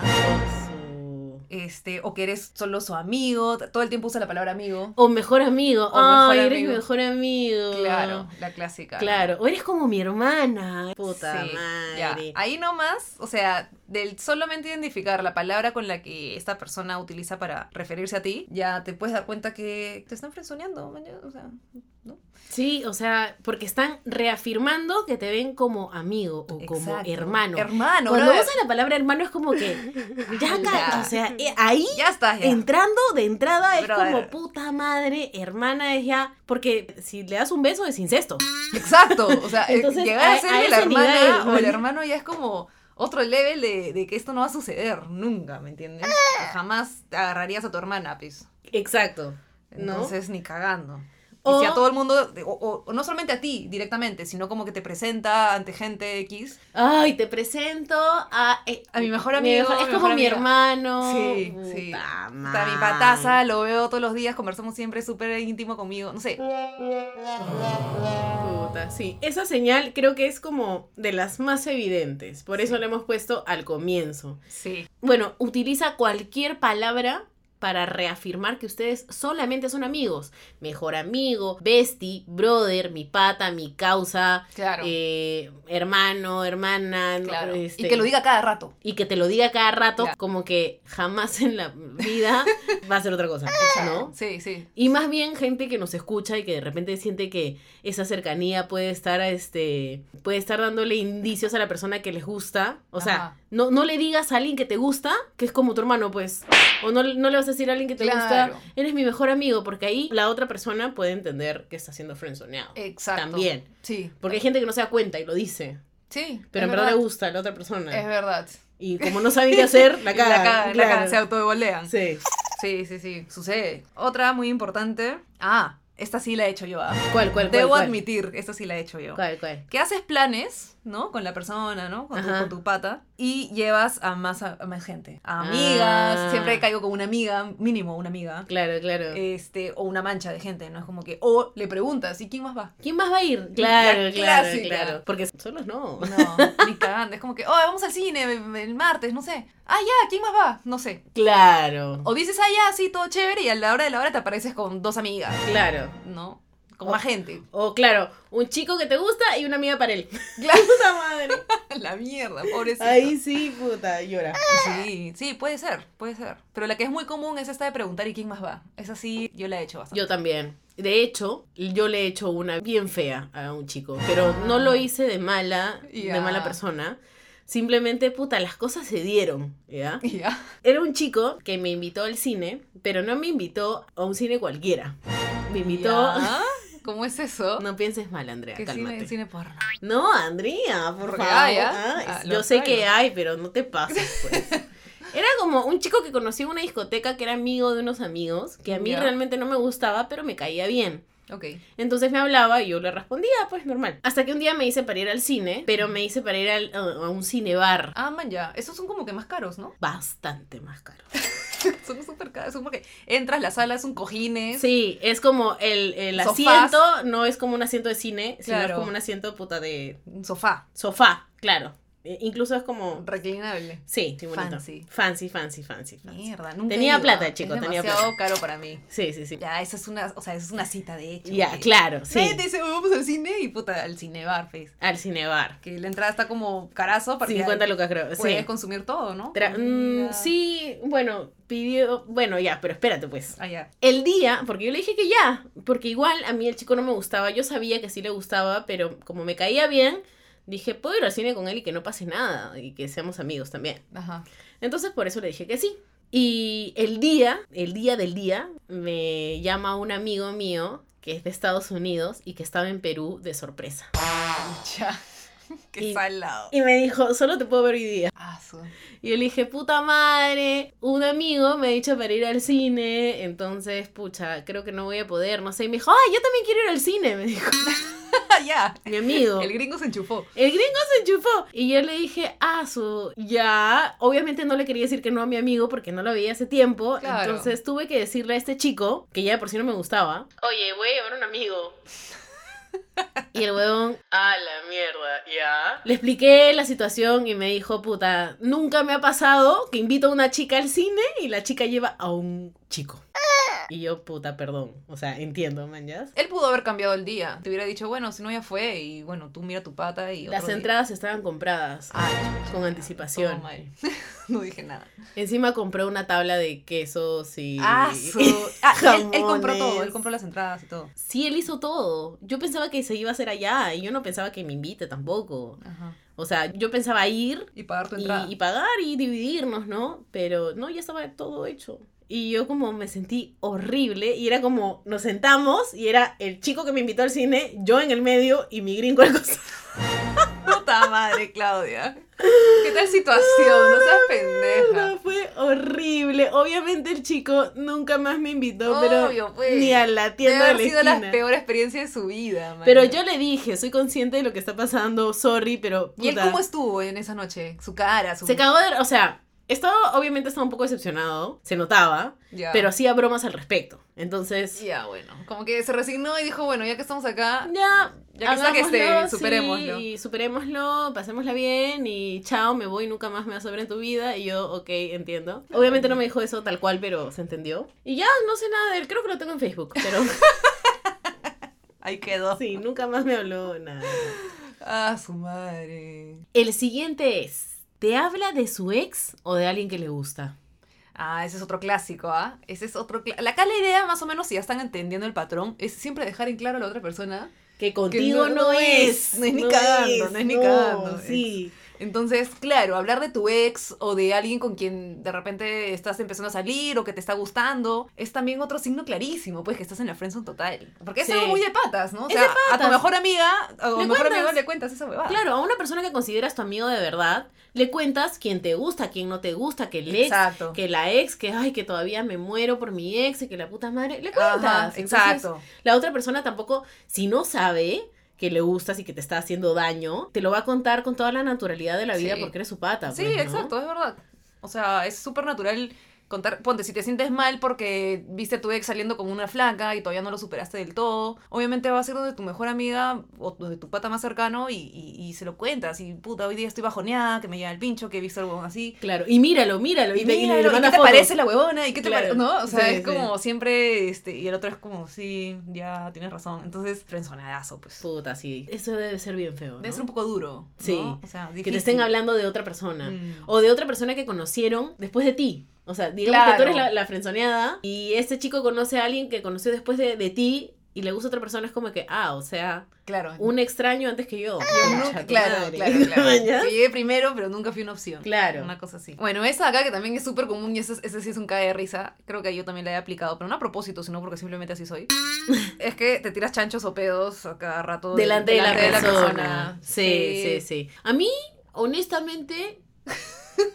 Speaker 4: Su-
Speaker 3: este, o que eres solo su amigo, t- todo el tiempo usa la palabra amigo.
Speaker 4: O mejor amigo.
Speaker 3: O
Speaker 4: Ay,
Speaker 3: mejor
Speaker 4: eres
Speaker 3: amigo.
Speaker 4: mejor amigo.
Speaker 3: Claro, la clásica. ¿no?
Speaker 4: Claro. O eres como mi hermana. Puta
Speaker 3: Sí, ya.
Speaker 4: madre.
Speaker 3: Ahí nomás, o sea, del solamente identificar la palabra con la que esta persona utiliza para referirse a ti, ya te puedes dar cuenta que te están frenzoneando, maña- o sea, ¿no?
Speaker 4: Sí, o sea, porque están reafirmando que te ven como amigo o como
Speaker 3: Exacto.
Speaker 4: hermano.
Speaker 3: Hermano,
Speaker 4: Cuando
Speaker 3: brother.
Speaker 4: usan la palabra hermano es como que ya ca-
Speaker 3: Ya.
Speaker 4: o sea, eh, ahí
Speaker 3: Ya estás ya.
Speaker 4: entrando de entrada es
Speaker 3: Brother.
Speaker 4: como puta madre, hermana es ya, porque si le das un beso es incesto.
Speaker 3: Exacto, o sea, eh,
Speaker 4: Entonces,
Speaker 3: llegar a
Speaker 4: a-
Speaker 3: ser
Speaker 4: a
Speaker 3: la
Speaker 4: ese
Speaker 3: hermana
Speaker 4: nivel,
Speaker 3: o el
Speaker 4: ¿no?
Speaker 3: hermano ya es como otro level de, de que esto no va a suceder nunca, ¿me entiendes?
Speaker 4: Ah.
Speaker 3: Jamás te agarrarías a tu hermana, pues.
Speaker 4: Exacto. ¿No?
Speaker 3: Entonces, ni cagando.
Speaker 4: O-
Speaker 3: Y si a todo el mundo, o, o- o no solamente a ti directamente, sino como que te presenta ante gente X.
Speaker 4: Ay, te presento a eh,
Speaker 3: A mi mejor amigo,
Speaker 4: mejor-
Speaker 3: a mi
Speaker 4: es
Speaker 3: mejor
Speaker 4: como mi
Speaker 3: amiga.
Speaker 4: hermano.
Speaker 3: Sí, sí.
Speaker 4: Puta
Speaker 3: O sea, mi
Speaker 4: madre.
Speaker 3: pataza, lo veo todos los días, conversamos siempre súper íntimo conmigo, no sé.
Speaker 4: Ah. Puta, sí. Esa señal creo que es como de las más evidentes. Por eso la hemos puesto al comienzo.
Speaker 3: Sí.
Speaker 4: Bueno, utiliza cualquier palabra para reafirmar que ustedes solamente son amigos. Mejor amigo, bestie, brother, mi pata, mi causa,
Speaker 3: Claro.
Speaker 4: eh, hermano, hermana. no,
Speaker 3: claro.
Speaker 4: este,
Speaker 3: Y que lo diga cada rato.
Speaker 4: Y que te lo diga cada rato,
Speaker 3: Ya.
Speaker 4: como que jamás en la vida va a ser otra cosa, ¿no?
Speaker 3: Sí, sí.
Speaker 4: Y más bien gente que nos escucha y que de repente siente que esa cercanía puede estar este puede estar dándole indicios a la persona que les gusta. O sea,
Speaker 3: Ajá.
Speaker 4: no, no le digas a alguien que te gusta que es como tu hermano, pues. O no, no le vas a decir a alguien que te
Speaker 3: Claro.
Speaker 4: gusta, eres mi mejor amigo, porque ahí la otra persona puede entender que está siendo friendzoneado.
Speaker 3: Exacto.
Speaker 4: También.
Speaker 3: Sí.
Speaker 4: Porque hay gente que no se da cuenta y lo dice.
Speaker 3: Sí.
Speaker 4: Pero
Speaker 3: es
Speaker 4: en verdad,
Speaker 3: verdad.
Speaker 4: le gusta a la otra persona.
Speaker 3: Es verdad.
Speaker 4: Y como no saben qué hacer, la cagan.
Speaker 3: La cagan, la
Speaker 4: claro.
Speaker 3: cagan, se autodevolean. Sí.
Speaker 4: Sí.
Speaker 3: sí, sí, Sucede. Otra muy importante. Ah, esta sí la he hecho yo. ah.
Speaker 4: ¿Cuál, cuál, cuál?
Speaker 3: Debo
Speaker 4: cuál?
Speaker 3: admitir, esta sí la he hecho yo.
Speaker 4: ¿Cuál, cuál?
Speaker 3: Que haces planes, ¿no? Con la persona, ¿no? Con tu,
Speaker 4: Ajá.
Speaker 3: con tu pata. Y llevas a más, a, a más gente. A amigas.
Speaker 4: Ah.
Speaker 3: Siempre caigo con una amiga, mínimo una amiga.
Speaker 4: Claro, claro.
Speaker 3: Este, o una mancha de gente, ¿no? Es como que. O le preguntas, ¿y quién más va?
Speaker 4: ¿Quién más va a ir? Claro,
Speaker 3: La
Speaker 4: claro,
Speaker 3: clásica.
Speaker 4: claro. Porque solos no.
Speaker 3: No, ni cagando. Es como que, oh, vamos al cine el martes, no sé. Ah, ya, ¿quién más va? No sé.
Speaker 4: Claro.
Speaker 3: O dices, ah, ya, sí, todo chévere, y a la hora de la hora te apareces con dos amigas,
Speaker 4: Claro.
Speaker 3: ¿no? Con
Speaker 4: O-
Speaker 3: más gente.
Speaker 4: O claro, un chico que te gusta y una amiga para él.
Speaker 3: Claro.
Speaker 4: Puta madre.
Speaker 3: la mierda, pobrecito.
Speaker 4: Ahí sí, puta, llora.
Speaker 3: Sí, sí, puede ser, puede ser. Pero la que es muy común es esta de preguntar, ¿y quién más va? Esa sí, yo la he hecho bastante.
Speaker 4: Yo también. De hecho, yo le he hecho una bien fea a un chico, pero no lo hice de mala, de
Speaker 3: Ya.
Speaker 4: mala persona. Simplemente, puta, las cosas se dieron, ¿ya?
Speaker 3: Y ya.
Speaker 4: Era un chico que me invitó al cine, pero no me invitó a un cine cualquiera. Me invitó...
Speaker 3: Ya. ¿Cómo es eso?
Speaker 4: No pienses mal, Andrea,
Speaker 3: ¿Qué
Speaker 4: cálmate.
Speaker 3: cine, cine porno?
Speaker 4: No, Andrea, por
Speaker 3: Porque
Speaker 4: favor.
Speaker 3: hay, ¿ah?
Speaker 4: Ah,
Speaker 3: Ah,
Speaker 4: yo
Speaker 3: los
Speaker 4: sé
Speaker 3: hay,
Speaker 4: que
Speaker 3: los-
Speaker 4: hay, pero no te pases, pues. Era como un chico que conocí en una discoteca que era amigo de unos amigos, que a mí
Speaker 3: Ya.
Speaker 4: realmente no me gustaba, pero me caía bien.
Speaker 3: Ok.
Speaker 4: Entonces me hablaba y yo le respondía, pues normal. Hasta que un día me hice para ir al cine, pero me hice para ir al- a a un cine bar.
Speaker 3: Ah, man, ya. Esos son como que más caros, ¿no?
Speaker 4: Bastante más caro.
Speaker 3: Son súper caros. Son porque entras, la sala son cojines.
Speaker 4: Sí, es como el, el
Speaker 3: Sofás.
Speaker 4: asiento, no es como un asiento de cine, sino es
Speaker 3: Claro.
Speaker 4: como un asiento puta de
Speaker 3: Un sofá.
Speaker 4: sofá, claro. E- incluso es como
Speaker 3: Reclinable.
Speaker 4: Sí, sí, bonito.
Speaker 3: Fancy.
Speaker 4: Fancy, fancy, fancy. fancy.
Speaker 3: Mierda, nunca he
Speaker 4: Tenía
Speaker 3: ido,
Speaker 4: plata,
Speaker 3: ah.
Speaker 4: chico,
Speaker 3: es
Speaker 4: tenía
Speaker 3: demasiado caro para mí.
Speaker 4: Sí, sí, sí. Ya,
Speaker 3: Ya, esa es una, o sea, esa es una cita de hecho. que-
Speaker 4: claro, sí.
Speaker 3: Sí. te dice, vamos al cine y puta, al cine bar, pues.
Speaker 4: Al cinebar.
Speaker 3: Que la entrada está como carazo para
Speaker 4: 50 lucas creo.
Speaker 3: puedes
Speaker 4: Sí.
Speaker 3: consumir todo, ¿no?
Speaker 4: Tra- mm,
Speaker 3: Comida.
Speaker 4: sí, bueno, pidió. Bueno, ya, pero espérate, pues.
Speaker 3: Ah, ya.
Speaker 4: El día, porque yo le dije que ya, porque igual a mí el chico no me gustaba, yo sabía que sí le gustaba, pero como me caía bien, dije, puedo ir al cine con él y que no pase nada y que seamos amigos también.
Speaker 3: Ajá.
Speaker 4: Entonces por eso le dije que sí. Y el día, el día del día, me llama un amigo mío que es de Estados Unidos y que estaba en Perú de sorpresa.
Speaker 3: Ya. Qué
Speaker 4: Y-
Speaker 3: salado.
Speaker 4: Y me dijo, solo te puedo ver hoy día.
Speaker 3: Ah, su-
Speaker 4: Y yo le dije, puta madre, un amigo me ha dicho para ir al cine, entonces, pucha, creo que no voy a poder, no sé. Y me dijo, ay, yo también quiero ir al cine, me dijo
Speaker 3: ya.
Speaker 4: mi amigo.
Speaker 3: El gringo se enchufó.
Speaker 4: El gringo se enchufó. Y yo le dije, ah, su, ya. Obviamente no le quería decir que no a mi amigo porque no lo veía hace tiempo.
Speaker 3: Claro.
Speaker 4: Entonces tuve que decirle a este chico, que ya de por sí no me gustaba, oye, voy a llevar un amigo. y el huevón, a la mierda, ya. Le expliqué la situación y me dijo, puta, nunca me ha pasado que invito a una chica al cine y la chica lleva a un chico. Y yo, puta, perdón. O sea, entiendo, man, ya.
Speaker 3: Él pudo haber cambiado el día. Te hubiera dicho, bueno, si no ya fue, y bueno, tú mira tu pata y.
Speaker 4: Las
Speaker 3: otro día.
Speaker 4: entradas estaban compradas
Speaker 3: Ah,
Speaker 4: con
Speaker 3: todo
Speaker 4: anticipación.
Speaker 3: mal. no dije nada.
Speaker 4: Encima compré una tabla de quesos y...
Speaker 3: Ah, su- ah, él, él compró
Speaker 4: Jamones.
Speaker 3: todo, él compró las entradas y todo.
Speaker 4: Sí, él hizo todo. Yo pensaba que se iba a hacer allá y yo no pensaba que me invite tampoco.
Speaker 3: Ajá.
Speaker 4: O sea, yo pensaba ir
Speaker 3: Y pagar tu
Speaker 4: y,
Speaker 3: entrada.
Speaker 4: y pagar y dividirnos, ¿no? Pero no, ya estaba todo hecho. Y yo como me sentí horrible y era como nos sentamos y era el chico que me invitó al cine, yo en el medio y mi gringo al costado.
Speaker 3: Puta madre, Claudia. ¿Qué tal situación? No seas pendeja.
Speaker 4: No, fue horrible. Obviamente el chico nunca más me invitó,
Speaker 3: Obvio,
Speaker 4: pero
Speaker 3: pues.
Speaker 4: ni a la
Speaker 3: Debe
Speaker 4: tienda de
Speaker 3: haber
Speaker 4: la
Speaker 3: sido la
Speaker 4: esquina.
Speaker 3: peor experiencia de su vida, man.
Speaker 4: Pero yo le dije, soy consciente de lo que está pasando, sorry, pero
Speaker 3: ¿Y él
Speaker 4: puta,
Speaker 3: cómo estuvo en esa noche? Su cara, su.
Speaker 4: se cagó de, o sea, estaba obviamente estaba un poco decepcionado, se notaba,
Speaker 3: Ya.
Speaker 4: pero hacía bromas al respecto. Entonces,
Speaker 3: Ya, bueno. Como que se resignó y dijo, bueno, ya que estamos acá,
Speaker 4: ya
Speaker 3: Ya que está que esté,
Speaker 4: hagámoslo, sí,
Speaker 3: superémoslo.
Speaker 4: y superémoslo, pasémosla bien y chao, me voy, nunca más me vas a ver en tu vida. Y yo, ok, entiendo. Obviamente no me dijo eso tal cual, pero se entendió. Y ya, no sé nada de él, creo que lo tengo en Facebook, pero
Speaker 3: ahí quedó.
Speaker 4: sí, nunca más me habló nada.
Speaker 3: Ah, su madre.
Speaker 4: El siguiente es, ¿te habla de su ex o de alguien que le gusta?
Speaker 3: Ah, ese es otro clásico, ¿ah? Ese es otro clásico. Acá la idea, más o menos, si ya están entendiendo el patrón, es siempre dejar en claro a la otra persona.
Speaker 4: Que contigo
Speaker 3: no-
Speaker 4: no,
Speaker 3: no
Speaker 4: es,
Speaker 3: es, no es ni cagando, no es ni cagando,
Speaker 4: Sí.
Speaker 3: Entonces, claro, hablar de tu ex o de alguien con quien de repente estás empezando a salir o que te está gustando, es también otro signo clarísimo, pues que estás en la friendzone total. Porque es
Speaker 4: Sí.
Speaker 3: algo muy de patas, ¿no? O
Speaker 4: Es
Speaker 3: sea,
Speaker 4: de
Speaker 3: a tu
Speaker 4: patas.
Speaker 3: mejor amiga o
Speaker 4: Le
Speaker 3: mejor
Speaker 4: cuentas.
Speaker 3: amigo le cuentas esa huevada.
Speaker 4: Claro, a una persona que consideras tu amigo de verdad, le cuentas quién te gusta, quién no te gusta, que el ex,
Speaker 3: Exacto.
Speaker 4: que la ex, que ay, que todavía me muero por mi ex y que la puta madre, le cuentas.
Speaker 3: Ajá,
Speaker 4: Entonces,
Speaker 3: exacto.
Speaker 4: La otra persona tampoco, si no sabe que le gustas y que te está haciendo daño, te lo va a contar con toda la naturalidad de la vida
Speaker 3: Sí.
Speaker 4: porque eres su pata.
Speaker 3: Sí,
Speaker 4: pues, ¿no?
Speaker 3: exacto, es verdad. O sea, es súper natural contar. Ponte, si te sientes mal porque viste a tu ex saliendo con una flaca y todavía no lo superaste del todo, obviamente va a ser donde tu mejor amiga o donde tu pata más cercano y, y- y se lo cuentas. Y puta, hoy día estoy bajoneada, que me lleva el pincho, que he visto algo así.
Speaker 4: Claro, y míralo, míralo.
Speaker 3: Y,
Speaker 4: Y, te- y
Speaker 3: míralo,
Speaker 4: le
Speaker 3: ¿y
Speaker 4: manda
Speaker 3: ¿qué te
Speaker 4: fotos.
Speaker 3: parece la huevona? ¿Y qué te
Speaker 4: Claro.
Speaker 3: parece? ¿No? O sea,
Speaker 4: Sí,
Speaker 3: es
Speaker 4: sí.
Speaker 3: como siempre, este, y el otro es como, sí, ya tienes razón. Entonces, frenzonadazo, pues.
Speaker 4: Puta, sí. Eso debe ser bien feo.
Speaker 3: Debe
Speaker 4: ¿no?
Speaker 3: ser un poco duro. ¿no?
Speaker 4: Sí.
Speaker 3: O sea,
Speaker 4: que te
Speaker 3: difícil.
Speaker 4: estén hablando de otra persona.
Speaker 3: Mm.
Speaker 4: O de otra persona que conocieron después de ti. O sea, digamos que tú
Speaker 3: Claro.
Speaker 4: eres la, la frenzoneada y este chico conoce a alguien que conoció después de, de ti y le gusta a otra persona. Es como que, ah, o sea,
Speaker 3: Claro.
Speaker 4: un extraño antes que yo.
Speaker 3: Yo
Speaker 4: Concha
Speaker 3: nunca-
Speaker 4: tu
Speaker 3: Ah, claro,
Speaker 4: madre.
Speaker 3: claro, claro.
Speaker 4: ¿Ya?
Speaker 3: Que llegué primero, pero nunca fui una opción.
Speaker 4: Claro.
Speaker 3: Una cosa así. Bueno, esa acá que también es súper común y ese, ese sí es un cae de risa. Creo que yo también la he aplicado, pero no a propósito, sino porque simplemente así soy. es que te tiras chanchos o pedos a cada rato. de-
Speaker 4: Delante de la persona. Sí, sí,
Speaker 3: Sí.
Speaker 4: sí. A mí, honestamente,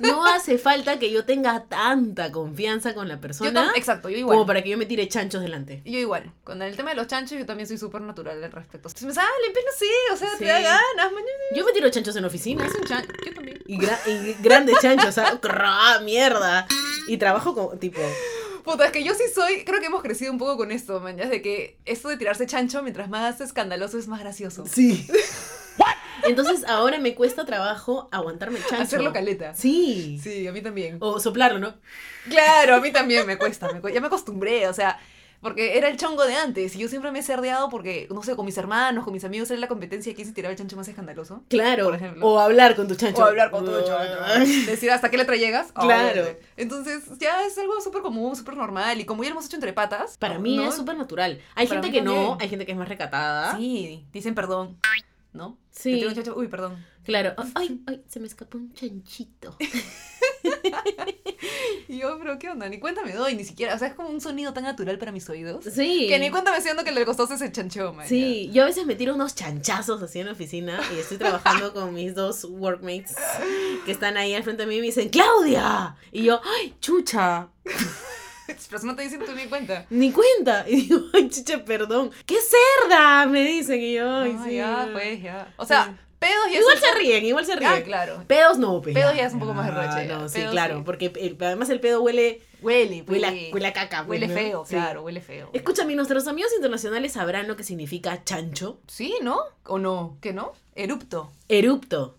Speaker 4: no hace falta que yo tenga tanta confianza con la
Speaker 3: Yo
Speaker 4: persona
Speaker 3: tam- exacto, yo
Speaker 4: como
Speaker 3: igual.
Speaker 4: para que yo me tire chanchos delante.
Speaker 3: Yo igual. Con el tema de los chanchos, yo también soy súper natural al respecto. Si me salen, pues no sé, o sea,
Speaker 4: Sí.
Speaker 3: te da ganas, mañana.
Speaker 4: Yo me tiro chanchos en oficina.
Speaker 3: es un chancho. Yo también.
Speaker 4: Y, gra- y grandes chanchos, o sea, crá, mierda. Y trabajo con, tipo,
Speaker 3: Puta, es que yo sí soy, creo que hemos crecido un poco con esto, man, ya, de que esto de tirarse chancho mientras más escandaloso es más gracioso.
Speaker 4: sí. Entonces ahora me cuesta trabajo aguantarme el chancho.
Speaker 3: Hacerlo caleta.
Speaker 4: Sí.
Speaker 3: Sí, a mí también.
Speaker 4: O soplarlo, ¿no?
Speaker 3: Claro, a mí también me cuesta, me cu- ya me acostumbré, o sea, porque era el chongo de antes y yo siempre me he cerdeado porque, no sé, con mis hermanos, con mis amigos era la competencia de quién se tiraba el chancho más escandaloso.
Speaker 4: Claro.
Speaker 3: Por ejemplo.
Speaker 4: O hablar con tu chancho.
Speaker 3: O hablar con todo chancho. Decir hasta qué letra llegas.
Speaker 4: Claro.
Speaker 3: Obviamente. Entonces ya es algo súper común, súper normal y como ya lo hemos hecho entre patas.
Speaker 4: Para mí
Speaker 3: ¿no?
Speaker 4: es súper natural. Hay
Speaker 3: Para
Speaker 4: gente
Speaker 3: mí
Speaker 4: que no,
Speaker 3: también.
Speaker 4: hay gente que es más recatada.
Speaker 3: Sí, dicen perdón, ¿no?
Speaker 4: Sí.
Speaker 3: Te tiro un chancho, uy, perdón.
Speaker 4: Claro. Ay, ay, se me escapó un chanchito.
Speaker 3: Y yo, pero ¿qué onda? Ni cuenta me doy, ni siquiera. O sea, es como un sonido tan natural para mis oídos.
Speaker 4: Sí.
Speaker 3: Que ni cuenta me siento que el del costoso se chanchó, man.
Speaker 4: Sí, yo a veces me tiro unos chanchazos así en la oficina y estoy trabajando con mis dos workmates que están ahí al frente de mí y me dicen, ¡Claudia! Y yo, ¡ay, chucha!
Speaker 3: Pero eso no te dicen tú ni cuenta.
Speaker 4: Ni cuenta. Y digo, ¡ay, chucha, perdón! ¡Qué cerda! Me dicen y yo, ¡ay,
Speaker 3: No,
Speaker 4: sí!
Speaker 3: ya, pues, ya. O sea,
Speaker 4: Sí.
Speaker 3: pedos y
Speaker 4: Igual se ríen, igual se ríen.
Speaker 3: Ah, claro.
Speaker 4: Pedos no, pe.
Speaker 3: Pedos ya es un poco más
Speaker 4: Ah,
Speaker 3: derroche, ya.
Speaker 4: No, sí,
Speaker 3: Pedos
Speaker 4: claro,
Speaker 3: sí.
Speaker 4: porque el- además el pedo huele,
Speaker 3: Huele,
Speaker 4: huele, a-
Speaker 3: huele.
Speaker 4: huele a caca. pues,
Speaker 3: Huele
Speaker 4: ¿no?
Speaker 3: feo,
Speaker 4: Sí.
Speaker 3: claro, huele feo.
Speaker 4: Escúchame, ¿nuestros amigos internacionales sabrán lo que significa chancho?
Speaker 3: Sí, ¿no? ¿O no? ¿Qué no? Erupto.
Speaker 4: Erupto,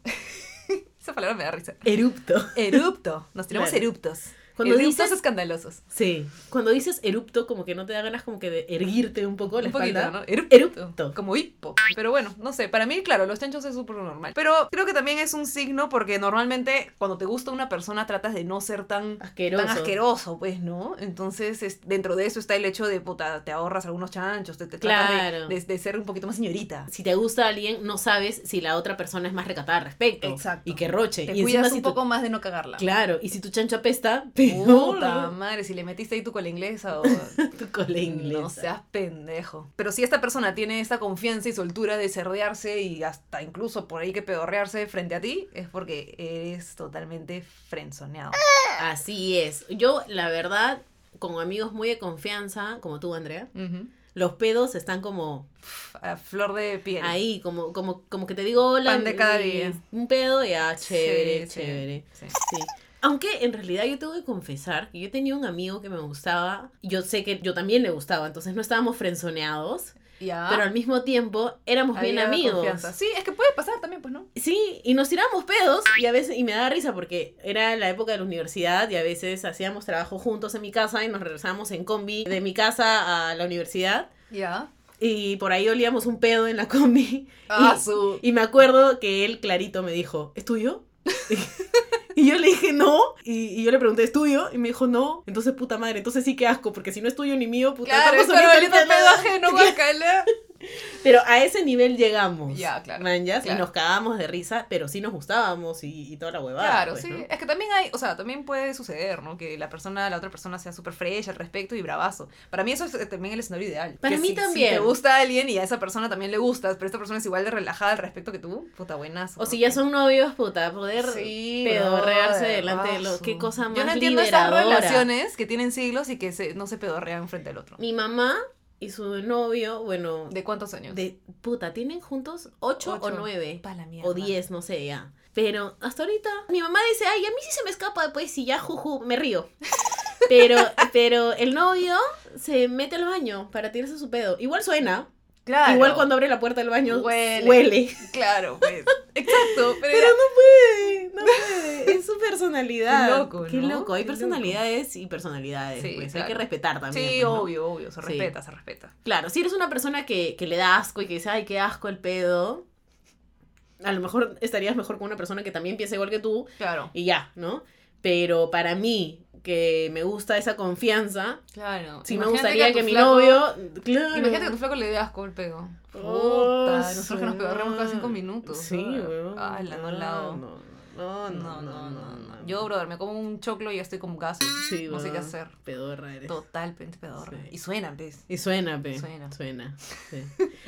Speaker 3: Esa palabra me da risa.
Speaker 4: erupto.
Speaker 3: Erupto. Nos tiramos
Speaker 4: Claro.
Speaker 3: eruptos.
Speaker 4: Cuando
Speaker 3: eruptos
Speaker 4: dices-
Speaker 3: escandalosos.
Speaker 4: Sí, cuando dices erupto, como que no te da ganas como que de erguirte un poco la
Speaker 3: Un poquito,
Speaker 4: espalda.
Speaker 3: ¿no? Erupto.
Speaker 4: Erupto.
Speaker 3: Como hipo. Pero bueno, no sé. Para mí, claro, los chanchos es súper normal. Pero creo que también es un signo porque normalmente cuando te gusta una persona tratas de no ser tan
Speaker 4: Asqueroso.
Speaker 3: tan asqueroso, pues, ¿no? Entonces, es- dentro de eso está el hecho de, puta, te ahorras algunos chanchos, te, te tratas
Speaker 4: Claro.
Speaker 3: de, de- de ser un poquito más señorita.
Speaker 4: Si te gusta alguien, no sabes si la otra persona es más recatada al respecto.
Speaker 3: Exacto.
Speaker 4: Y que roche.
Speaker 3: Te
Speaker 4: y encima
Speaker 3: cuidas
Speaker 4: si
Speaker 3: un
Speaker 4: tu-
Speaker 3: poco más de no cagarla.
Speaker 4: Claro, y si tu chancho apesta,
Speaker 3: Puta
Speaker 4: peor.
Speaker 3: madre, si le metiste ahí tu cola inglesa o...
Speaker 4: tu cola inglesa.
Speaker 3: No seas pendejo. Pero si esta persona tiene esta confianza y soltura de cerdearse y hasta incluso por ahí que pedorrearse frente a ti, es porque eres totalmente frenzoneado.
Speaker 4: Así es. Yo, la verdad, con amigos muy de confianza, como tú, Andrea,
Speaker 3: Ujú.
Speaker 4: los pedos están como
Speaker 3: A flor de piel.
Speaker 4: ahí, como, como, como que te digo hola.
Speaker 3: Pan de cada
Speaker 4: y-
Speaker 3: día.
Speaker 4: Un pedo y ah, chévere,
Speaker 3: Sí, sí,
Speaker 4: chévere.
Speaker 3: sí.
Speaker 4: Sí. Aunque en realidad yo tengo que confesar que yo tenía un amigo que me gustaba, yo sé que yo también le gustaba, entonces no estábamos frenzoneados,
Speaker 3: Ya.
Speaker 4: pero al mismo tiempo éramos bien
Speaker 3: Ah. Había
Speaker 4: amigos.
Speaker 3: confianza. Sí, es que puede pasar también, pues, ¿no?
Speaker 4: Sí, y nos tiramos pedos y a veces, y me daba risa porque era la época de la universidad y a veces hacíamos trabajo juntos en mi casa y nos regresábamos en combi de mi casa a la universidad
Speaker 3: Ya.
Speaker 4: y por ahí olíamos un pedo en la combi.
Speaker 3: Ah,
Speaker 4: y,
Speaker 3: su.
Speaker 4: y me acuerdo que él clarito me dijo, ¿es tuyo? y yo le dije, no. Y, y yo le pregunté, ¿es tuyo? Y me dijo, no. Entonces, puta madre, entonces sí que asco, porque si no es tuyo ni mío, puta,
Speaker 3: Claro,
Speaker 4: estamos
Speaker 3: pero
Speaker 4: oliendo
Speaker 3: oliendo
Speaker 4: el
Speaker 3: pedo
Speaker 4: pedo".
Speaker 3: ajeno, guacala.
Speaker 4: Pero a ese nivel llegamos.
Speaker 3: Ya, claro,
Speaker 4: manjas,
Speaker 3: claro.
Speaker 4: Y nos cagábamos de risa, pero sí nos gustábamos y, y toda la huevada.
Speaker 3: Claro,
Speaker 4: pues,
Speaker 3: sí.
Speaker 4: ¿no?
Speaker 3: Es que también hay, o sea, también puede suceder, ¿no? Que la persona, la otra persona sea súper fresh al respecto y bravazo. Para mí eso es eh, también el escenario ideal.
Speaker 4: Para
Speaker 3: Que
Speaker 4: mí
Speaker 3: si-
Speaker 4: también.
Speaker 3: Si te gusta alguien y a esa persona también le gustas, pero esta persona es igual de relajada al respecto que tú, puta buenazo.
Speaker 4: O si ya son novios, puta, poder
Speaker 3: Sí,
Speaker 4: pedorrearse
Speaker 3: brother,
Speaker 4: delante de los.
Speaker 3: aso.
Speaker 4: Qué cosa más
Speaker 3: Yo no entiendo esas
Speaker 4: liberadora.
Speaker 3: relaciones que tienen siglos y que se, no se pedorrean frente al otro.
Speaker 4: Mi mamá y su novio, bueno,
Speaker 3: ¿De cuántos años?
Speaker 4: de puta, tienen juntos ocho, o
Speaker 3: Ocho.
Speaker 4: nueve.
Speaker 3: Pa' la mierda.
Speaker 4: o 10, no sé, ya. Pero hasta ahorita mi mamá dice, ay, a mí sí se me escapa, pues, y ya, juju, me río. Pero, pero el novio se mete al baño para tirarse su pedo. Igual suena.
Speaker 3: Claro.
Speaker 4: Igual cuando abre la puerta del baño
Speaker 3: Huele.
Speaker 4: huele.
Speaker 3: Claro, pues. Exacto. Pero,
Speaker 4: Pero
Speaker 3: era-
Speaker 4: no puede, no puede. Es su personalidad.
Speaker 3: Qué loco,
Speaker 4: Qué
Speaker 3: ¿no?
Speaker 4: loco. Hay
Speaker 3: Qué
Speaker 4: personalidades y personalidades.
Speaker 3: Sí,
Speaker 4: pues,
Speaker 3: claro.
Speaker 4: Hay que respetar también.
Speaker 3: Sí,
Speaker 4: pues, ¿no?
Speaker 3: obvio, obvio. Se
Speaker 4: Sí.
Speaker 3: respeta, se respeta.
Speaker 4: Claro, si eres una persona que, que le da asco y que dice, ay, qué asco el pedo. A lo mejor estarías mejor con una persona que también piensa igual que tú
Speaker 3: Claro.
Speaker 4: y ya, ¿no? Pero para mí, que me gusta esa confianza,
Speaker 3: Claro.
Speaker 4: sí
Speaker 3: Imagínate
Speaker 4: me gustaría
Speaker 3: a
Speaker 4: que,
Speaker 3: tu
Speaker 4: mi
Speaker 3: flaco-
Speaker 4: novio. Claro.
Speaker 3: Imagínate que a tu flaco le dé asco el pego. Puta,
Speaker 4: Oh,
Speaker 3: nosotros que nos pedorremos cada cinco
Speaker 4: sí.
Speaker 3: minutos.
Speaker 4: Sí,
Speaker 3: brother.
Speaker 4: weón.
Speaker 3: Ala, no
Speaker 4: No,
Speaker 3: lao.
Speaker 4: No, no, no, no, no, no.
Speaker 3: Yo, brother, me como un choclo y ya estoy como gases.
Speaker 4: Sí,
Speaker 3: no sé qué
Speaker 4: weón.
Speaker 3: hacer.
Speaker 4: Pedorra eres.
Speaker 3: Totalmente pedorra.
Speaker 4: Sí.
Speaker 3: Y suena, ¿ves?
Speaker 4: Y suena, pe.
Speaker 3: Suena.
Speaker 4: Suena. sí.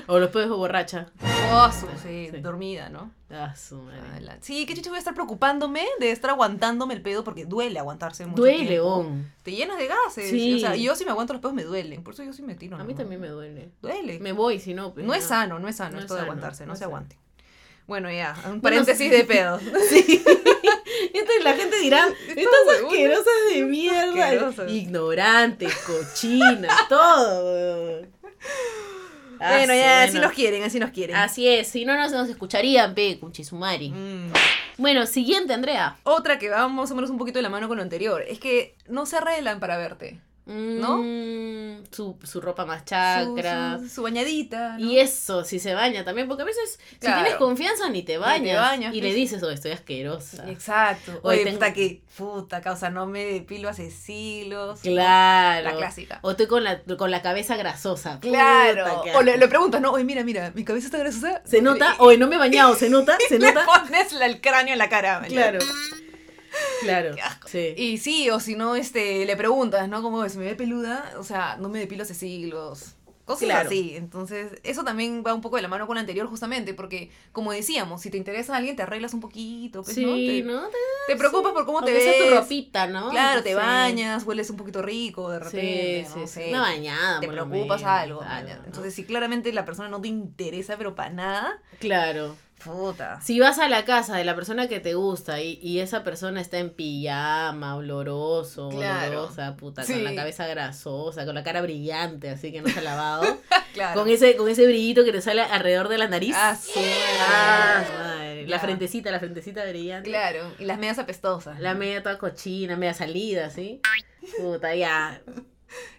Speaker 4: O los pedos de borracha.
Speaker 3: Oso, Oh, sí,
Speaker 4: Sí.
Speaker 3: dormida, ¿no?
Speaker 4: Ah, su madre.
Speaker 3: Ala. Sí, qué chicho voy a estar preocupándome de estar aguantándome el pedo porque duele aguantarse mucho
Speaker 4: Duele,
Speaker 3: tiempo.
Speaker 4: on.
Speaker 3: Te llenas de gases.
Speaker 4: Sí.
Speaker 3: O sea, yo si me aguanto los pedos me duelen. Por eso yo sí me tiro.
Speaker 4: A mí también me duele.
Speaker 3: duele.
Speaker 4: Me voy, si no. pues,
Speaker 3: No es
Speaker 4: ya.
Speaker 3: sano, no es sano
Speaker 4: No es
Speaker 3: esto de
Speaker 4: sano,
Speaker 3: aguantarse, no,
Speaker 4: no es
Speaker 3: se
Speaker 4: sano.
Speaker 3: aguante. Bueno, ya, un paréntesis de pedos.
Speaker 4: Entonces la gente dirá,
Speaker 3: huevona,
Speaker 4: estas asquerosas de mierda.
Speaker 3: asquerosas".
Speaker 4: Ignorantes, cochinas, todo. weón. Ah,
Speaker 3: bueno,
Speaker 4: su-
Speaker 3: ya, así
Speaker 4: bueno. Ah,
Speaker 3: nos quieren, así nos quieren.
Speaker 4: Así es, si no nos, nos escucharían, pe, cuchisumari.
Speaker 3: Mm.
Speaker 4: Bueno, siguiente, Andrea.
Speaker 3: Otra que va más o menos un poquito de la mano con lo anterior, es que no se arreglan para verte. ¿No?
Speaker 4: Mm, su, su ropa más
Speaker 3: Su-
Speaker 4: chacra.
Speaker 3: Su, su bañadita. ¿no?
Speaker 4: Ah, Y eso, si se baña también, porque a veces
Speaker 3: Claro.
Speaker 4: si tienes confianza ni te bañas.
Speaker 3: bañas,
Speaker 4: y le
Speaker 3: pues.
Speaker 4: dices, oh, estoy asquerosa.
Speaker 3: Exacto.
Speaker 4: Hoy
Speaker 3: Oye,
Speaker 4: tengo-
Speaker 3: puta que, puta, causa, no me depilo hace siglos.
Speaker 4: Claro.
Speaker 3: La clásica.
Speaker 4: O estoy con la, con la cabeza grasosa.
Speaker 3: Claro.
Speaker 4: Puta, qué
Speaker 3: O le,
Speaker 4: asco.
Speaker 3: le preguntas, no, oye, mira, mira, mi cabeza está grasosa.
Speaker 4: ¿Se nota? Oye, no me he bañado, ¿se nota? ¿Se
Speaker 3: Le
Speaker 4: nota?
Speaker 3: pones la- el cráneo en la cara. man.
Speaker 4: Claro. Claro. Sí.
Speaker 3: Y sí, o si no, este, le preguntas, ¿no? Como se me ve peluda, o sea, no me depilo hace siglos. Cosas
Speaker 4: Claro.
Speaker 3: así. Entonces, eso también va un poco de la mano con lo anterior, justamente, porque, como decíamos, si te interesa a alguien, te arreglas un poquito, pues, ¿no?
Speaker 4: sí,
Speaker 3: Te,
Speaker 4: ¿no? Te-
Speaker 3: te preocupas por cómo te
Speaker 4: aunque sea
Speaker 3: ves.
Speaker 4: tu ropita, ¿no?
Speaker 3: Claro, te
Speaker 4: Sí.
Speaker 3: bañas, hueles un poquito rico de repente.
Speaker 4: Sí, sí,
Speaker 3: no
Speaker 4: sí.
Speaker 3: sé,
Speaker 4: Una bañada.
Speaker 3: Te
Speaker 4: por lo
Speaker 3: preocupas
Speaker 4: menos,
Speaker 3: algo. maña.
Speaker 4: ¿no?
Speaker 3: Entonces, si claramente la persona no te interesa, pero para nada,
Speaker 4: Claro.
Speaker 3: puta.
Speaker 4: Si vas a la casa de la persona que te gusta y, y esa persona está en pijama, oloroso,
Speaker 3: Claro.
Speaker 4: olorosa, puta,
Speaker 3: Sí.
Speaker 4: con la cabeza grasosa, con la cara brillante, así que no se ha lavado,
Speaker 3: Claro.
Speaker 4: con ese con ese brillito que te sale alrededor de la nariz,
Speaker 3: Ah, sí.
Speaker 4: Ah, madre. la
Speaker 3: Ya.
Speaker 4: frentecita, la frentecita brillante,
Speaker 3: Claro. Y las medias apestosas.
Speaker 4: la media toda cochina, media salida, ¿sí? Puta, ya,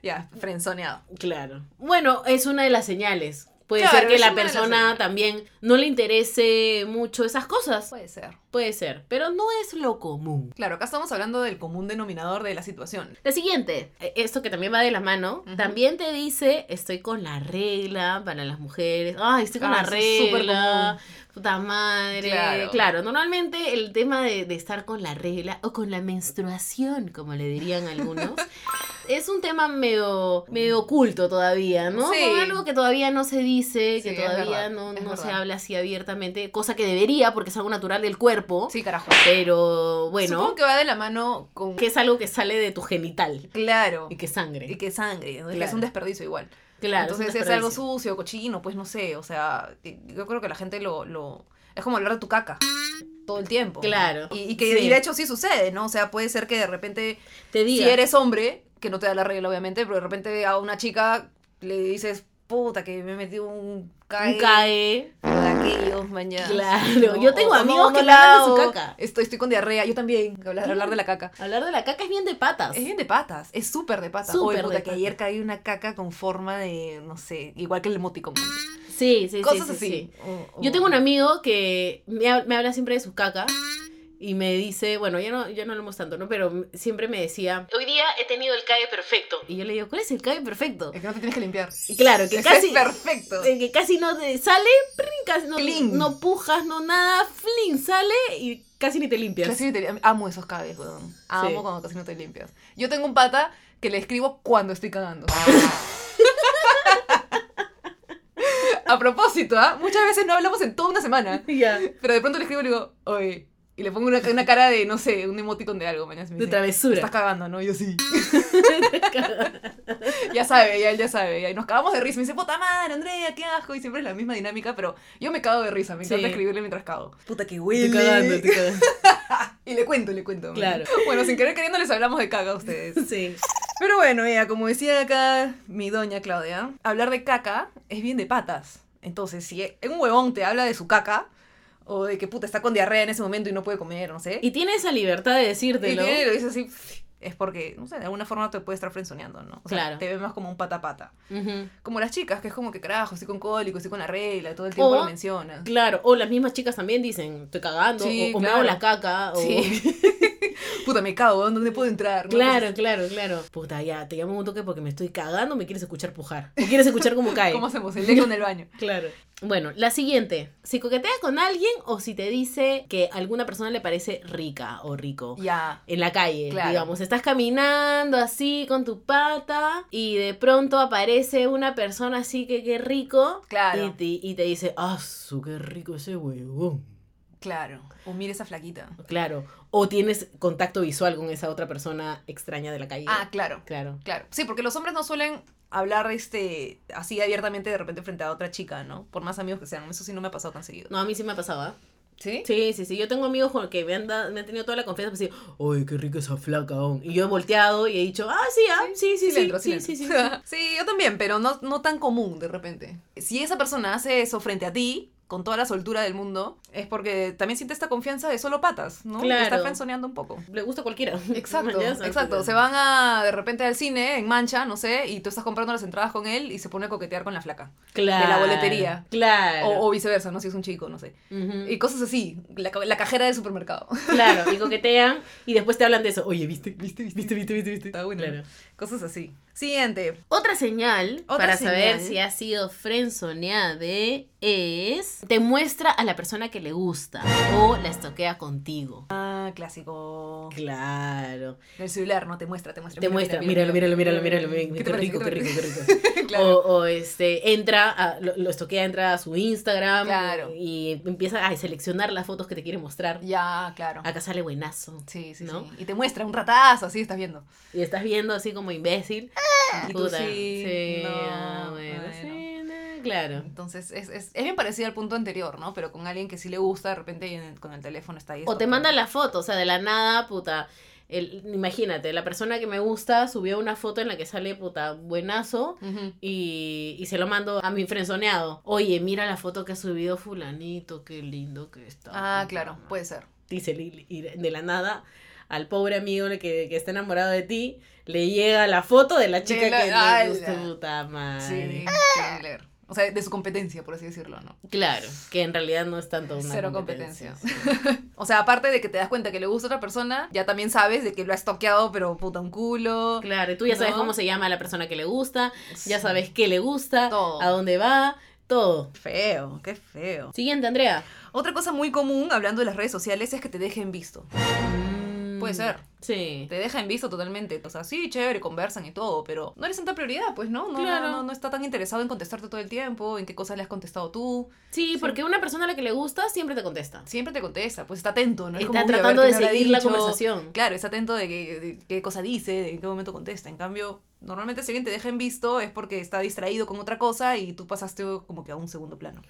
Speaker 3: Ya, frenzoneado.
Speaker 4: Claro. Bueno, es una de las señales. Puede
Speaker 3: Claro,
Speaker 4: ser que
Speaker 3: es
Speaker 4: la
Speaker 3: una de las
Speaker 4: persona
Speaker 3: señales.
Speaker 4: también no le interese mucho esas cosas.
Speaker 3: Puede ser.
Speaker 4: Puede ser, pero no es lo común.
Speaker 3: Claro, acá estamos hablando del común denominador de la situación.
Speaker 4: La siguiente, eh, esto que también va de la mano,
Speaker 3: Ujú.
Speaker 4: también te dice, estoy con la regla para las mujeres. Ay, estoy con
Speaker 3: Ah,
Speaker 4: la
Speaker 3: eso es súper
Speaker 4: regla.
Speaker 3: común.
Speaker 4: Puta madre. Claro.
Speaker 3: Claro.
Speaker 4: normalmente el tema de, de estar con la regla o con la menstruación, como le dirían algunos, es un tema medio, medio oculto todavía, ¿no?
Speaker 3: Sí.
Speaker 4: Como Algo que todavía no se dice,
Speaker 3: Sí,
Speaker 4: que
Speaker 3: es
Speaker 4: todavía
Speaker 3: verdad,
Speaker 4: no,
Speaker 3: es
Speaker 4: no se
Speaker 3: verdad.
Speaker 4: habla así abiertamente, cosa que debería porque es algo natural del cuerpo.
Speaker 3: Sí, carajo.
Speaker 4: Pero bueno,
Speaker 3: Supongo que va de la mano con...
Speaker 4: que es algo que sale de tu genital
Speaker 3: Claro.
Speaker 4: y que sangre.
Speaker 3: Y que sangre, ¿no? Y que
Speaker 4: Claro.
Speaker 3: es un desperdicio igual.
Speaker 4: Claro, es un
Speaker 3: Entonces es algo
Speaker 4: desperdicio.
Speaker 3: sucio, cochino, pues no sé. O sea, y- yo creo que la gente lo... lo... Es como hablar de tu caca todo el tiempo.
Speaker 4: Claro.
Speaker 3: Y, y que
Speaker 4: Sí.
Speaker 3: y de hecho sí sucede, ¿no? O sea, puede ser que de repente,
Speaker 4: Te
Speaker 3: si
Speaker 4: diga.
Speaker 3: eres hombre, que no te da la regla obviamente, pero de repente a una chica le dices, puta, que me metí un cae.
Speaker 4: un cae.
Speaker 3: Lo de aquellos mañana.
Speaker 4: Claro, yo tengo amigos que
Speaker 3: hablan
Speaker 4: hablan de su caca.
Speaker 3: Estoy, estoy con diarrea, yo también. Hablar, hablar de la caca.
Speaker 4: Hablar de la caca es bien de patas.
Speaker 3: Es bien de patas, es súper de patas.
Speaker 4: Súper
Speaker 3: Oye, puta,
Speaker 4: de
Speaker 3: que
Speaker 4: patas.
Speaker 3: ayer caí una caca con forma de, no sé, igual que el emoticón.
Speaker 4: Sí, sí, sí.
Speaker 3: Cosas
Speaker 4: sí,
Speaker 3: así.
Speaker 4: sí. Oh,
Speaker 3: O- o-
Speaker 4: Yo tengo un amigo que me, ha- me habla siempre de sus cacas y me dice, bueno, ya no, ya no hablamos tanto, ¿no? Pero siempre me decía, hoy día he tenido el cae perfecto. Y yo le digo, ¿cuál es el cae perfecto?
Speaker 3: Es que no te tienes que limpiar.
Speaker 4: Y claro, que
Speaker 3: Ese
Speaker 4: casi...
Speaker 3: es perfecto.
Speaker 4: eh, Que casi no te sale, prin, casi no,
Speaker 3: Plin.
Speaker 4: no pujas, no nada, flin, sale y casi ni te limpias.
Speaker 3: Casi ni te- amo esos cabezas, weón. Amo
Speaker 4: Sí.
Speaker 3: cuando casi no te limpias. Yo tengo un pata que le escribo cuando estoy cagando.
Speaker 4: Ah.
Speaker 3: A propósito, ¿ah? muchas veces no hablamos en toda una semana.
Speaker 4: Ya.
Speaker 3: Pero de pronto le escribo y le digo, oye. Y le pongo una, una cara de, no sé, un emoticon de algo, mañana.
Speaker 4: De
Speaker 3: Estás
Speaker 4: travesura.
Speaker 3: cagando, ¿no? Y yo sí. ya sabe, ya él ya sabe. Y ahí nos cagamos de risa. Me dice, puta madre, Andrea, qué asco. Y siempre es la misma dinámica, pero yo me cago de risa. Me encanta
Speaker 4: Sí.
Speaker 3: escribirle mientras cago. Puta que
Speaker 4: Estoy cagando, estoy cagando.
Speaker 3: Y le cuento, le cuento.
Speaker 4: Claro.
Speaker 3: Bueno, sin querer queriendo les hablamos de caga a ustedes.
Speaker 4: Sí.
Speaker 3: Pero bueno, ya, como decía acá mi doña Claudia, hablar de caca es bien de patas. Entonces, si un huevón te habla de su caca, o de que puta está con diarrea en ese momento y no puede comer, no sé.
Speaker 4: Y tiene esa libertad de
Speaker 3: Y
Speaker 4: decírtelo.
Speaker 3: tiene- lo dice así, es porque, no sé, de alguna forma te puede estar frenzoneando, ¿no? O sea,
Speaker 4: Claro.
Speaker 3: te ve más como un pata pata.
Speaker 4: Ujú.
Speaker 3: Como las chicas, que es como que carajo, estoy con cólico, estoy con la regla, todo el tiempo
Speaker 4: O-
Speaker 3: lo mencionan.
Speaker 4: Claro, o las mismas chicas también dicen, estoy cagando,
Speaker 3: Sí,
Speaker 4: o, o
Speaker 3: claro.
Speaker 4: me hago la caca, o...
Speaker 3: Sí. puta, me cago, ¿dónde puedo entrar? ¿no?
Speaker 4: Claro, claro, claro. Puta, ya, te llamo un toque porque me estoy cagando, me quieres escuchar pujar. Me quieres escuchar cómo cae.
Speaker 3: ¿Cómo hacemos? El deco en el baño.
Speaker 4: Claro. Bueno, la siguiente. Si coqueteas con alguien o si te dice que alguna persona le parece rica o rico.
Speaker 3: Ya.
Speaker 4: En la calle,
Speaker 3: Claro.
Speaker 4: digamos, estás caminando así con tu pata y de pronto aparece una persona así que qué rico
Speaker 3: Claro.
Speaker 4: y, te, y te dice, ¡ah, su, qué rico ese huevón!
Speaker 3: Claro. O mira esa flaquita.
Speaker 4: Claro. O tienes contacto visual con esa otra persona extraña de la calle.
Speaker 3: Ah, claro.
Speaker 4: claro.
Speaker 3: Claro. Sí, porque los hombres no suelen hablar este así abiertamente de repente frente a otra chica, ¿no? Por más amigos que sean. Eso sí no me ha pasado tan seguido.
Speaker 4: No, a mí sí me ha pasado, ¿ah?
Speaker 3: ¿Sí?
Speaker 4: Sí, sí, sí. Yo tengo amigos con los que me han, dado- me han tenido toda la confianza para decir, ¡ay, qué rica esa flaca! aún". Y yo he volteado y he dicho, ¡ah, sí, ah! Sí, sí, sí.
Speaker 3: Sí, le entro, sí,
Speaker 4: sí,
Speaker 3: le
Speaker 4: sí, sí,
Speaker 3: entro. Sí, yo también, pero no, no tan común de repente. Si esa persona hace eso frente a ti, con toda la soltura del mundo, es porque también siente esta confianza de solo patas, ¿no?
Speaker 4: Claro.
Speaker 3: Te está frenzoneando un poco.
Speaker 4: sí. Le gusta a cualquiera.
Speaker 3: Exacto,
Speaker 4: Ya sabes,
Speaker 3: exacto.
Speaker 4: porque-
Speaker 3: Se van a, de repente al cine en mancha, no sé, y tú estás comprando las entradas con él y se pone a coquetear con la flaca.
Speaker 4: Claro.
Speaker 3: de la boletería.
Speaker 4: Claro. Mm.
Speaker 3: O, o viceversa, ¿no? Si es un chico, no sé.
Speaker 4: Ujú.
Speaker 3: Y cosas así. La, ca- la cajera del supermercado.
Speaker 4: Claro, y coquetean y después te hablan de eso. Oye, ¿viste? ¿Viste? ¿Viste? ¿Viste? ¿Viste? viste?
Speaker 3: Está bueno.
Speaker 4: Claro.
Speaker 3: Cosas así. Siguiente.
Speaker 4: Otra señal
Speaker 3: Otra
Speaker 4: para saber
Speaker 3: señal.
Speaker 4: si ha sido frenzoneada es te muestra a la persona que le gusta o la estoquea contigo.
Speaker 3: tema Ah, clásico
Speaker 4: Ah, Claro.
Speaker 3: del celular, ¿no? Te muestra, te muestra.
Speaker 4: Te muestra, míralo, míralo, míralo, míralo. míralo,
Speaker 3: ¿Qué
Speaker 4: Qué
Speaker 3: te parece?
Speaker 4: rico, qué
Speaker 3: ¿Qué te
Speaker 4: rico, qué rico.
Speaker 3: parece? Claro.
Speaker 4: O, o, este, entra, a, lo, lo estoquea, entra a su Instagram
Speaker 3: Claro.
Speaker 4: y empieza a seleccionar las fotos que te quiere mostrar.
Speaker 3: Ya, claro.
Speaker 4: Acá sale buenazo.
Speaker 3: Sí, sí,
Speaker 4: ¿no?
Speaker 3: sí. Y te muestra un ratazo, así estás viendo.
Speaker 4: Y estás viendo así como imbécil.
Speaker 3: Y tú
Speaker 4: Puta.
Speaker 3: sí, no,
Speaker 4: ah, bueno,
Speaker 3: bueno.
Speaker 4: sí, no, claro.
Speaker 3: Entonces, es, es, es bien parecido al punto anterior, ¿no? Pero con alguien que sí le gusta, de repente y en el- con el teléfono está ahí.
Speaker 4: O te manda la foto, o sea, de la nada, puta. El- imagínate, la persona que me gusta subió una foto en la que sale, puta, buenazo.
Speaker 3: Ujú.
Speaker 4: Y, y se lo mando a mi frenzoneado. Oye, mira la foto que ha subido fulanito, qué lindo que está.
Speaker 3: Ah,
Speaker 4: puta
Speaker 3: claro,
Speaker 4: madre".
Speaker 3: puede ser.
Speaker 4: dice Lili, y de la nada al pobre amigo que, que está enamorado de ti, le llega la foto de la chica
Speaker 3: De la-
Speaker 4: que
Speaker 3: ¡Hala!
Speaker 4: le gusta, puta
Speaker 3: Sí,
Speaker 4: madre.
Speaker 3: tiene que leer. O sea, de su competencia, por así decirlo, ¿no?
Speaker 4: Claro, que en realidad no es tanto una
Speaker 3: Cero competencia.
Speaker 4: sí.
Speaker 3: O sea, aparte de que te das cuenta que le gusta a otra persona, ya también sabes de que lo has toqueado, pero puta un culo.
Speaker 4: Claro, y tú ya sabes
Speaker 3: ¿No?
Speaker 4: cómo se llama la persona que le gusta, ya sabes qué le gusta,
Speaker 3: Todo.
Speaker 4: a dónde va, todo.
Speaker 3: Feo, qué feo.
Speaker 4: Siguiente, Andrea.
Speaker 3: Otra cosa muy común, hablando de las redes sociales, es que te dejen visto. Mm, Puede ser.
Speaker 4: Sí.
Speaker 3: Te dejan visto totalmente. O sea, sí, chévere, conversan y todo, pero no eres tanta prioridad, pues, ¿no? No,
Speaker 4: Claro.
Speaker 3: no, no está tan interesado en contestarte todo el tiempo, en qué cosas le has contestado tú.
Speaker 4: Sí, porque una persona a la que le gusta siempre te contesta.
Speaker 3: Siempre te contesta, pues está atento, ¿no? Es
Speaker 4: Está
Speaker 3: como, uy, a ver
Speaker 4: tratando
Speaker 3: qué
Speaker 4: de
Speaker 3: me habrá
Speaker 4: seguir la
Speaker 3: dicho.
Speaker 4: conversación.
Speaker 3: Claro, está atento de qué, de qué cosa dice, de en qué momento contesta. En cambio, normalmente si alguien te deja en visto es porque está distraído con otra cosa y tú pasaste como que a un segundo plano.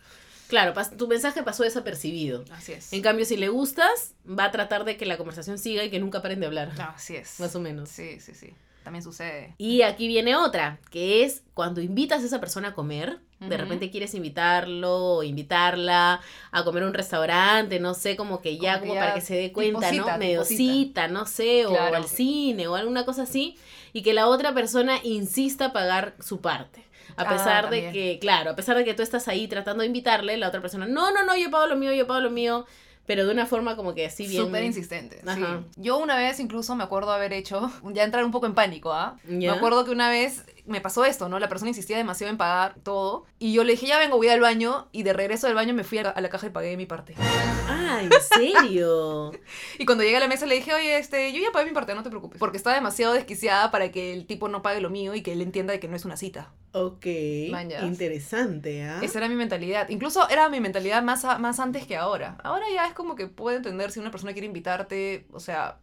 Speaker 4: Claro, pas- tu mensaje pasó desapercibido.
Speaker 3: Así es.
Speaker 4: En cambio, si le gustas, va a tratar de que la conversación siga y que nunca paren de hablar.
Speaker 3: Así es.
Speaker 4: Más o menos.
Speaker 3: Sí, sí, sí. También sucede.
Speaker 4: Y aquí viene otra, que es cuando invitas a esa persona a comer, de
Speaker 3: Ujú.
Speaker 4: repente quieres invitarlo o invitarla a comer a un restaurante, no sé, como que ya,
Speaker 3: Como que
Speaker 4: como
Speaker 3: ya
Speaker 4: para que se dé cuenta,
Speaker 3: tipo cita,
Speaker 4: ¿no? Medio
Speaker 3: tipo cita.
Speaker 4: cita, no sé, o
Speaker 3: Claro.
Speaker 4: al cine o alguna cosa así, y que la otra persona insista a pagar su parte. A
Speaker 3: Ah,
Speaker 4: pesar de
Speaker 3: también.
Speaker 4: que, claro, a pesar de que tú estás ahí tratando de invitarle, la otra persona, no, no, no, yo pago lo mío, yo pago lo mío, pero de una forma como que así bien...
Speaker 3: Súper insistente. sí.
Speaker 4: Ajá.
Speaker 3: Yo una vez incluso me acuerdo haber hecho, ya entrar un poco en pánico, ¿ah?
Speaker 4: Ya.
Speaker 3: Me acuerdo que una vez me pasó esto, ¿no? La persona insistía demasiado en pagar todo y yo le dije, ya vengo, voy al baño y de regreso del baño me fui a la, a la caja y pagué mi parte.
Speaker 4: Ah, ¿en serio?
Speaker 3: Y cuando llegué a la mesa le dije, oye, este, yo ya pagué mi parte, no te preocupes. Porque estaba demasiado desquiciada para que el tipo no pague lo mío y que él entienda de que no es una cita.
Speaker 4: Ok,
Speaker 3: Mañas.
Speaker 4: interesante, ¿ah?
Speaker 3: Esa era mi mentalidad. Incluso era mi mentalidad más, a- más antes que ahora. Ahora ya es como que puedo entender si una persona quiere invitarte, o sea,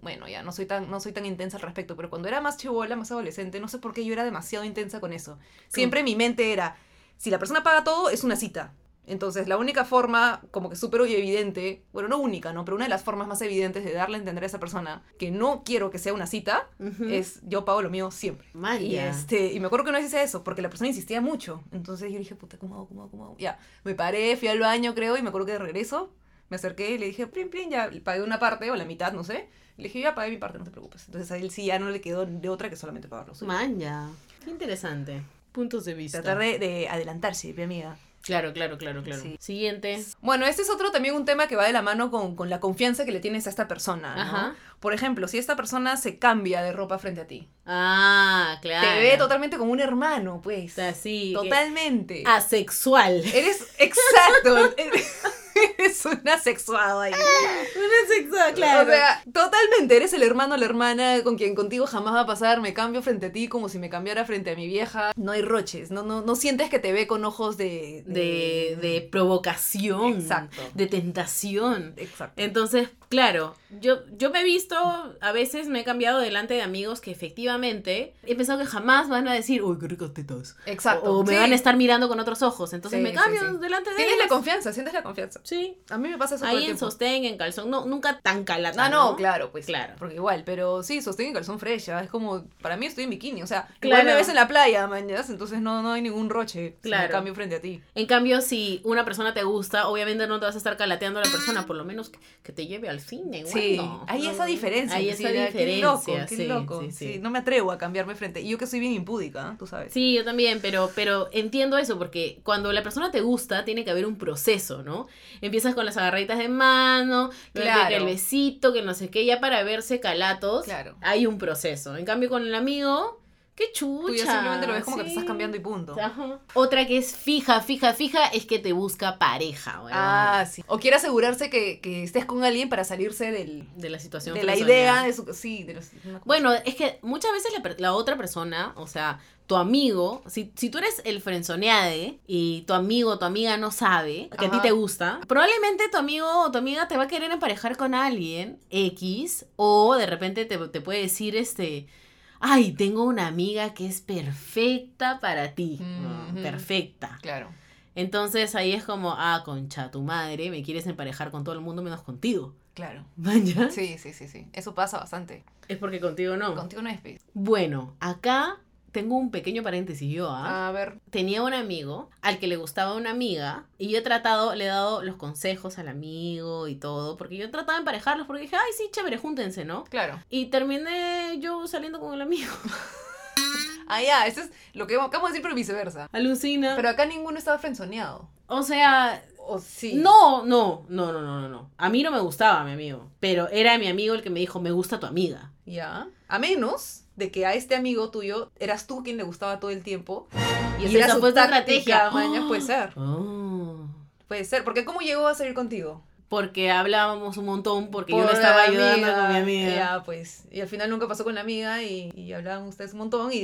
Speaker 3: bueno, ya no soy tan, no soy tan intensa al respecto, pero cuando era más chivola, más adolescente, no sé por qué yo era demasiado intensa con eso. Siempre mi mente era, si la persona paga todo, es una cita. Entonces, la única forma, como que súper y evidente, bueno, no única, ¿no? Pero una de las formas más evidentes de darle a entender a esa persona que no quiero que sea una cita
Speaker 4: Ujú.
Speaker 3: es yo pago lo mío siempre.
Speaker 4: Maya.
Speaker 3: Y, este, y me acuerdo que no hice eso, porque la persona insistía mucho. Entonces yo dije, puta, ¿cómo hago? ¿Cómo hago? ¿Cómo hago? Ya, me paré, fui al baño, creo, y me acuerdo que de regreso me acerqué y le dije, prim, prim, ya pagué una parte o la mitad, no sé. Y le dije, ya pagué mi parte, no te preocupes. Entonces a él sí ya no le quedó de otra que solamente pagarlo.
Speaker 4: Manja. Qué interesante. Puntos de vista.
Speaker 3: Tratar de, de adelantarse, mi amiga.
Speaker 4: Claro, claro, claro, claro.
Speaker 3: Sí.
Speaker 4: Siguiente.
Speaker 3: Bueno, este es otro también un tema que va de la mano con, con la confianza que le tienes a esta persona, ¿no?
Speaker 4: Ajá.
Speaker 3: Por ejemplo, si esta persona se cambia de ropa frente a ti,
Speaker 4: Ah, claro.
Speaker 3: te ve totalmente como un hermano,
Speaker 4: O
Speaker 3: pues.
Speaker 4: sea, sí, eh, ah, que-
Speaker 3: Totalmente.
Speaker 4: Asexual.
Speaker 3: Eres exacto. eres eres un asexuado ahí.
Speaker 4: asexual,
Speaker 3: O sea, totalmente eres el hermano o la hermana con quien contigo jamás va a pasar. Me cambio frente a ti como si me cambiara frente a mi vieja. No hay roches. No, no, no sientes que te ve con ojos de.
Speaker 4: de, de provocación.
Speaker 3: Exacto.
Speaker 4: De tentación.
Speaker 3: Exacto.
Speaker 4: Entonces, claro, yo, yo me he visto, a veces me he cambiado delante de amigos que efectivamente he pensado que jamás van a decir, uy, qué ricas tetas.
Speaker 3: Exacto.
Speaker 4: O, o me
Speaker 3: Sí.
Speaker 4: van a estar mirando con otros ojos. Entonces
Speaker 3: Sí,
Speaker 4: me
Speaker 3: sí,
Speaker 4: cambio
Speaker 3: sí.
Speaker 4: delante de
Speaker 3: Tienes
Speaker 4: ellos.
Speaker 3: la confianza, sientes la confianza.
Speaker 4: Sí.
Speaker 3: A mí me pasa eso todo el
Speaker 4: Ahí en
Speaker 3: tiempo.
Speaker 4: sostén, en calzón, no, nunca tan calata.
Speaker 3: Ah, no, claro, pues.
Speaker 4: Claro.
Speaker 3: Porque igual, pero sí, sostengo el calzón fresha. Es como, para mí estoy en bikini. O sea,
Speaker 4: Claro.
Speaker 3: igual me ves en la playa, mañas. Entonces no, no hay ningún roche. si me
Speaker 4: Claro.
Speaker 3: cambio frente a ti.
Speaker 4: En cambio, si una persona te gusta, obviamente no te vas a estar calateando a la persona, por lo menos que, que te lleve al cine.
Speaker 3: Sí,
Speaker 4: bueno.
Speaker 3: hay
Speaker 4: No,
Speaker 3: esa diferencia.
Speaker 4: Hay
Speaker 3: inclusive,
Speaker 4: esa diferencia.
Speaker 3: Qué loco, qué
Speaker 4: sí,
Speaker 3: loco.
Speaker 4: sí, sí.
Speaker 3: Sí, no me atrevo a cambiarme frente. Y yo que soy bien impúdica, ¿eh? tú sabes.
Speaker 4: Sí, yo también, pero, pero entiendo eso, porque cuando la persona te gusta, tiene que haber un proceso, ¿no? Empiezas con las agarraditas de mano, luego
Speaker 3: Claro.
Speaker 4: que el besito, que no sé qué, ya para verse calatos,
Speaker 3: Claro.
Speaker 4: hay un proceso. En cambio, con el amigo, Qué chucha.
Speaker 3: Tú ya simplemente lo ves como que te
Speaker 4: sí.
Speaker 3: estás cambiando y punto.
Speaker 4: Ajá. Otra que es fija, fija, fija, es que te busca pareja, weón.
Speaker 3: Ah, sí. O quiere asegurarse que, que estés con alguien para salirse del,
Speaker 4: De la situación.
Speaker 3: de la
Speaker 4: friendzonea.
Speaker 3: idea de su... Sí, de los... una cosa-
Speaker 4: Bueno, es que muchas veces la, per- la otra persona, o sea, tu amigo, si, si tú eres el frenzoneade y tu amigo o tu amiga no sabe que a ti
Speaker 3: Ajá.
Speaker 4: te gusta, probablemente tu amigo o tu amiga te va a querer emparejar con alguien X o de repente te, te puede decir este... Ay, tengo una amiga que es perfecta para ti.
Speaker 3: Ujú.
Speaker 4: Perfecta.
Speaker 3: Claro.
Speaker 4: Entonces ahí es como, ah, concha, tu madre, me quieres emparejar con todo el mundo menos contigo.
Speaker 3: Claro.
Speaker 4: Maña.
Speaker 3: Sí, sí, sí, sí. Eso pasa bastante.
Speaker 4: Es porque contigo no.
Speaker 3: Contigo no es pe-
Speaker 4: Bueno, acá tengo un pequeño paréntesis yo, ¿ah?
Speaker 3: A ver.
Speaker 4: Tenía un amigo al que le gustaba una amiga y yo he tratado, le he dado los consejos al amigo y todo, porque yo trataba de emparejarlos porque dije, ay, sí, chévere, júntense, ¿no?
Speaker 3: Claro.
Speaker 4: Y terminé yo saliendo con el amigo.
Speaker 3: Ah, ya. Eso es lo que acabamos de decir, pero viceversa.
Speaker 4: Alucina.
Speaker 3: Pero acá ninguno estaba frenzoneado.
Speaker 4: o sea,
Speaker 3: O sí.
Speaker 4: no, no, no, no, no, no, no. A mí no me gustaba mi amigo, pero era mi amigo el que me dijo, me gusta tu amiga.
Speaker 3: Ya. A menos de que a este amigo tuyo eras tú quien le gustaba todo el tiempo.
Speaker 4: Y esa
Speaker 3: Y, esa era
Speaker 4: fue
Speaker 3: su
Speaker 4: tu estrategia.
Speaker 3: estrategia.
Speaker 4: ¡Oh!
Speaker 3: puede ser.
Speaker 4: Oh.
Speaker 3: Puede ser. Porque ¿cómo llegó a salir contigo?
Speaker 4: Porque hablábamos un montón, porque yo
Speaker 3: Por
Speaker 4: le estaba
Speaker 3: la
Speaker 4: ayudando con mi amiga.
Speaker 3: Ya, pues. Y al final nunca pasó con la amiga y, y hablaban ustedes un montón y,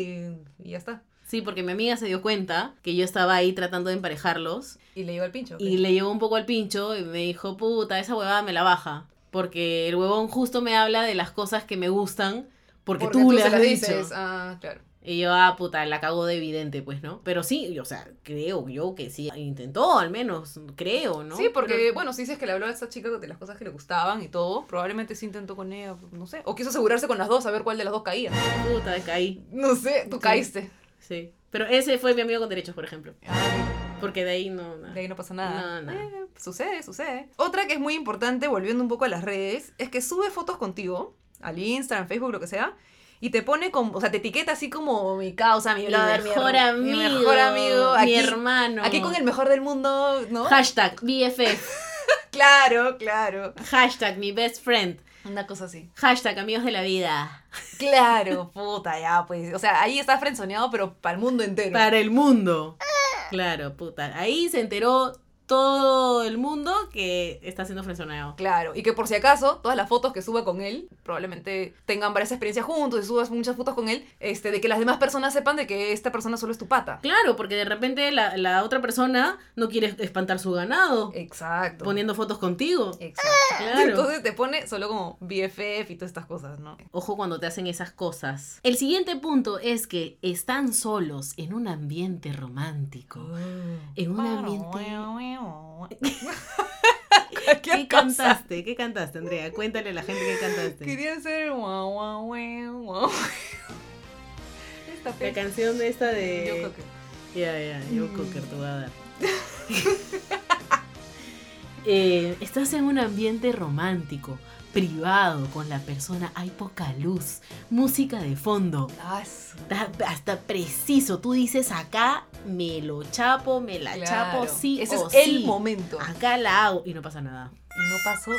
Speaker 3: y ya está.
Speaker 4: Sí, porque mi amiga se dio cuenta que yo estaba ahí tratando de emparejarlos
Speaker 3: Y le llegó al pincho. ok.
Speaker 4: y le llevó un poco al pincho y me dijo, puta, esa huevada me la baja. Porque el huevón justo me habla de las cosas que me gustan porque, tú, le
Speaker 3: se
Speaker 4: has
Speaker 3: las
Speaker 4: dicho.
Speaker 3: Ah, claro.
Speaker 4: Y yo, ah, puta, la cago de evidente, pues, ¿no? Pero sí, o sea, creo yo que sí. Intentó, al menos, creo, ¿no?
Speaker 3: Sí, porque,
Speaker 4: Pero-
Speaker 3: bueno, si dices que le habló a esta chica de las cosas que le gustaban y todo, probablemente sí intentó con ella, no sé. O quiso asegurarse con las dos, a ver cuál de las dos caía.
Speaker 4: puta, caí.
Speaker 3: No sé, tú
Speaker 4: Sí.
Speaker 3: caíste.
Speaker 4: Sí. Pero ese fue mi amigo con derechos, por ejemplo.
Speaker 3: Ah,
Speaker 4: Porque de ahí no... nada.
Speaker 3: De ahí no pasa nada.
Speaker 4: No, no.
Speaker 3: Eh, sucede, sucede. Otra que es muy importante, volviendo un poco a las redes, es que sube fotos contigo, al Instagram, Facebook, lo que sea, y te pone como, o sea, te etiqueta así como mi causa, mi
Speaker 4: Mi
Speaker 3: brother, mi
Speaker 4: mejor
Speaker 3: her-
Speaker 4: amigo.
Speaker 3: mi mejor amigo,
Speaker 4: mi
Speaker 3: aquí,
Speaker 4: hermano.
Speaker 3: aquí con el mejor del mundo, ¿no?
Speaker 4: Hashtag BFF.
Speaker 3: claro, claro.
Speaker 4: Hashtag mi best friend.
Speaker 3: Una cosa así.
Speaker 4: Hashtag amigos de la vida.
Speaker 3: Claro, puta, ya, pues. O sea, ahí está frenzoneado, pero para el mundo entero.
Speaker 4: Para el mundo. Claro, puta. Ahí se enteró todo el mundo que está siendo frenzoneado.
Speaker 3: Claro, y que por si acaso, todas las fotos que suba con él, probablemente tengan varias experiencias juntos y subas muchas fotos con él, este, de que las demás personas sepan de que esta persona solo es tu pata.
Speaker 4: Claro, porque de repente la, la otra persona no quiere espantar su ganado
Speaker 3: Exacto.
Speaker 4: poniendo fotos contigo.
Speaker 3: Exacto.
Speaker 4: Claro.
Speaker 3: Entonces te pone solo como BFF y todas estas cosas, ¿no?
Speaker 4: Ojo cuando te hacen esas cosas. El siguiente punto es que están solos en un ambiente romántico. En un
Speaker 3: ambiente. Cualquier
Speaker 4: ¿Qué
Speaker 3: cosa.
Speaker 4: cantaste? ¿Qué cantaste, Andrea? Cuéntale a la gente qué cantaste.
Speaker 3: Quería ser guau, guau, guau, guau. Esta
Speaker 4: La
Speaker 3: fecha.
Speaker 4: canción esta de...
Speaker 3: Yo creo que.
Speaker 4: Ya, ya, yo
Speaker 3: Mm.
Speaker 4: Cocker te voy a dar. Eh, estás en un ambiente romántico, privado, con la persona, hay poca luz, música de fondo.
Speaker 3: Ah, su-
Speaker 4: Da- Hasta preciso, tú dices acá, me lo chapo, me la
Speaker 3: Claro.
Speaker 4: chapo, sí
Speaker 3: Ese
Speaker 4: o
Speaker 3: es
Speaker 4: sí.
Speaker 3: el momento.
Speaker 4: Acá la hago y no pasa nada.
Speaker 3: Y no pasó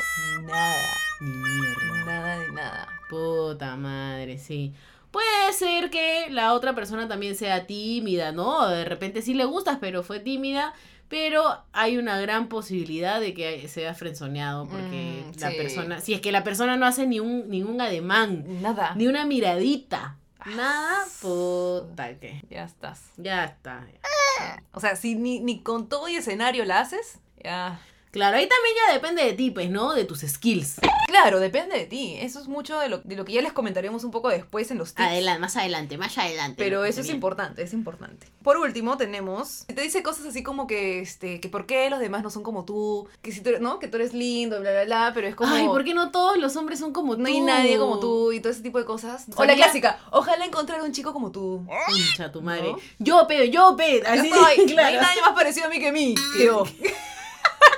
Speaker 3: nada.
Speaker 4: Ni mierda.
Speaker 3: Nada de nada.
Speaker 4: Puta madre, sí. Puede ser que la otra persona también sea tímida, ¿no? De repente sí le gustas, pero fue tímida. Pero hay una gran posibilidad de que sea frenzoneado porque
Speaker 3: Mm,
Speaker 4: la
Speaker 3: sí.
Speaker 4: persona, si es que la persona no hace ni un, ningún ademán,
Speaker 3: Nada.
Speaker 4: ni una miradita, nada,
Speaker 3: su-
Speaker 4: puta que.
Speaker 3: Ya estás.
Speaker 4: Ya está.
Speaker 3: Ya. O sea, si ni, ni con todo y escenario la haces, ya.
Speaker 4: Claro, ahí también ya depende de ti, pues, ¿no? De tus skills.
Speaker 3: Claro, depende de ti. Eso es mucho de lo, de lo que ya les comentaremos un poco después en los tips.
Speaker 4: Adelante, más adelante, más adelante.
Speaker 3: Pero
Speaker 4: ¿no?
Speaker 3: eso es
Speaker 4: También.
Speaker 3: importante, es importante. Por último, tenemos. Te dice cosas así como que, este, que por qué los demás no son como tú, que si tú eres, ¿no? Que tú eres lindo, bla, bla, bla, pero es como.
Speaker 4: Ay, ¿por qué no todos los hombres son como tú?
Speaker 3: No hay nadie como tú y todo ese tipo de cosas. O
Speaker 4: Sabía-
Speaker 3: la clásica, ojalá encontrar un chico como tú.
Speaker 4: Concha tu madre.
Speaker 3: ¿No?
Speaker 4: Yo pedo, yo pedo.
Speaker 3: Yo
Speaker 4: Así
Speaker 3: soy, no hay
Speaker 4: claro. "Oh,
Speaker 3: nadie más parecido a mí que mí. Creo.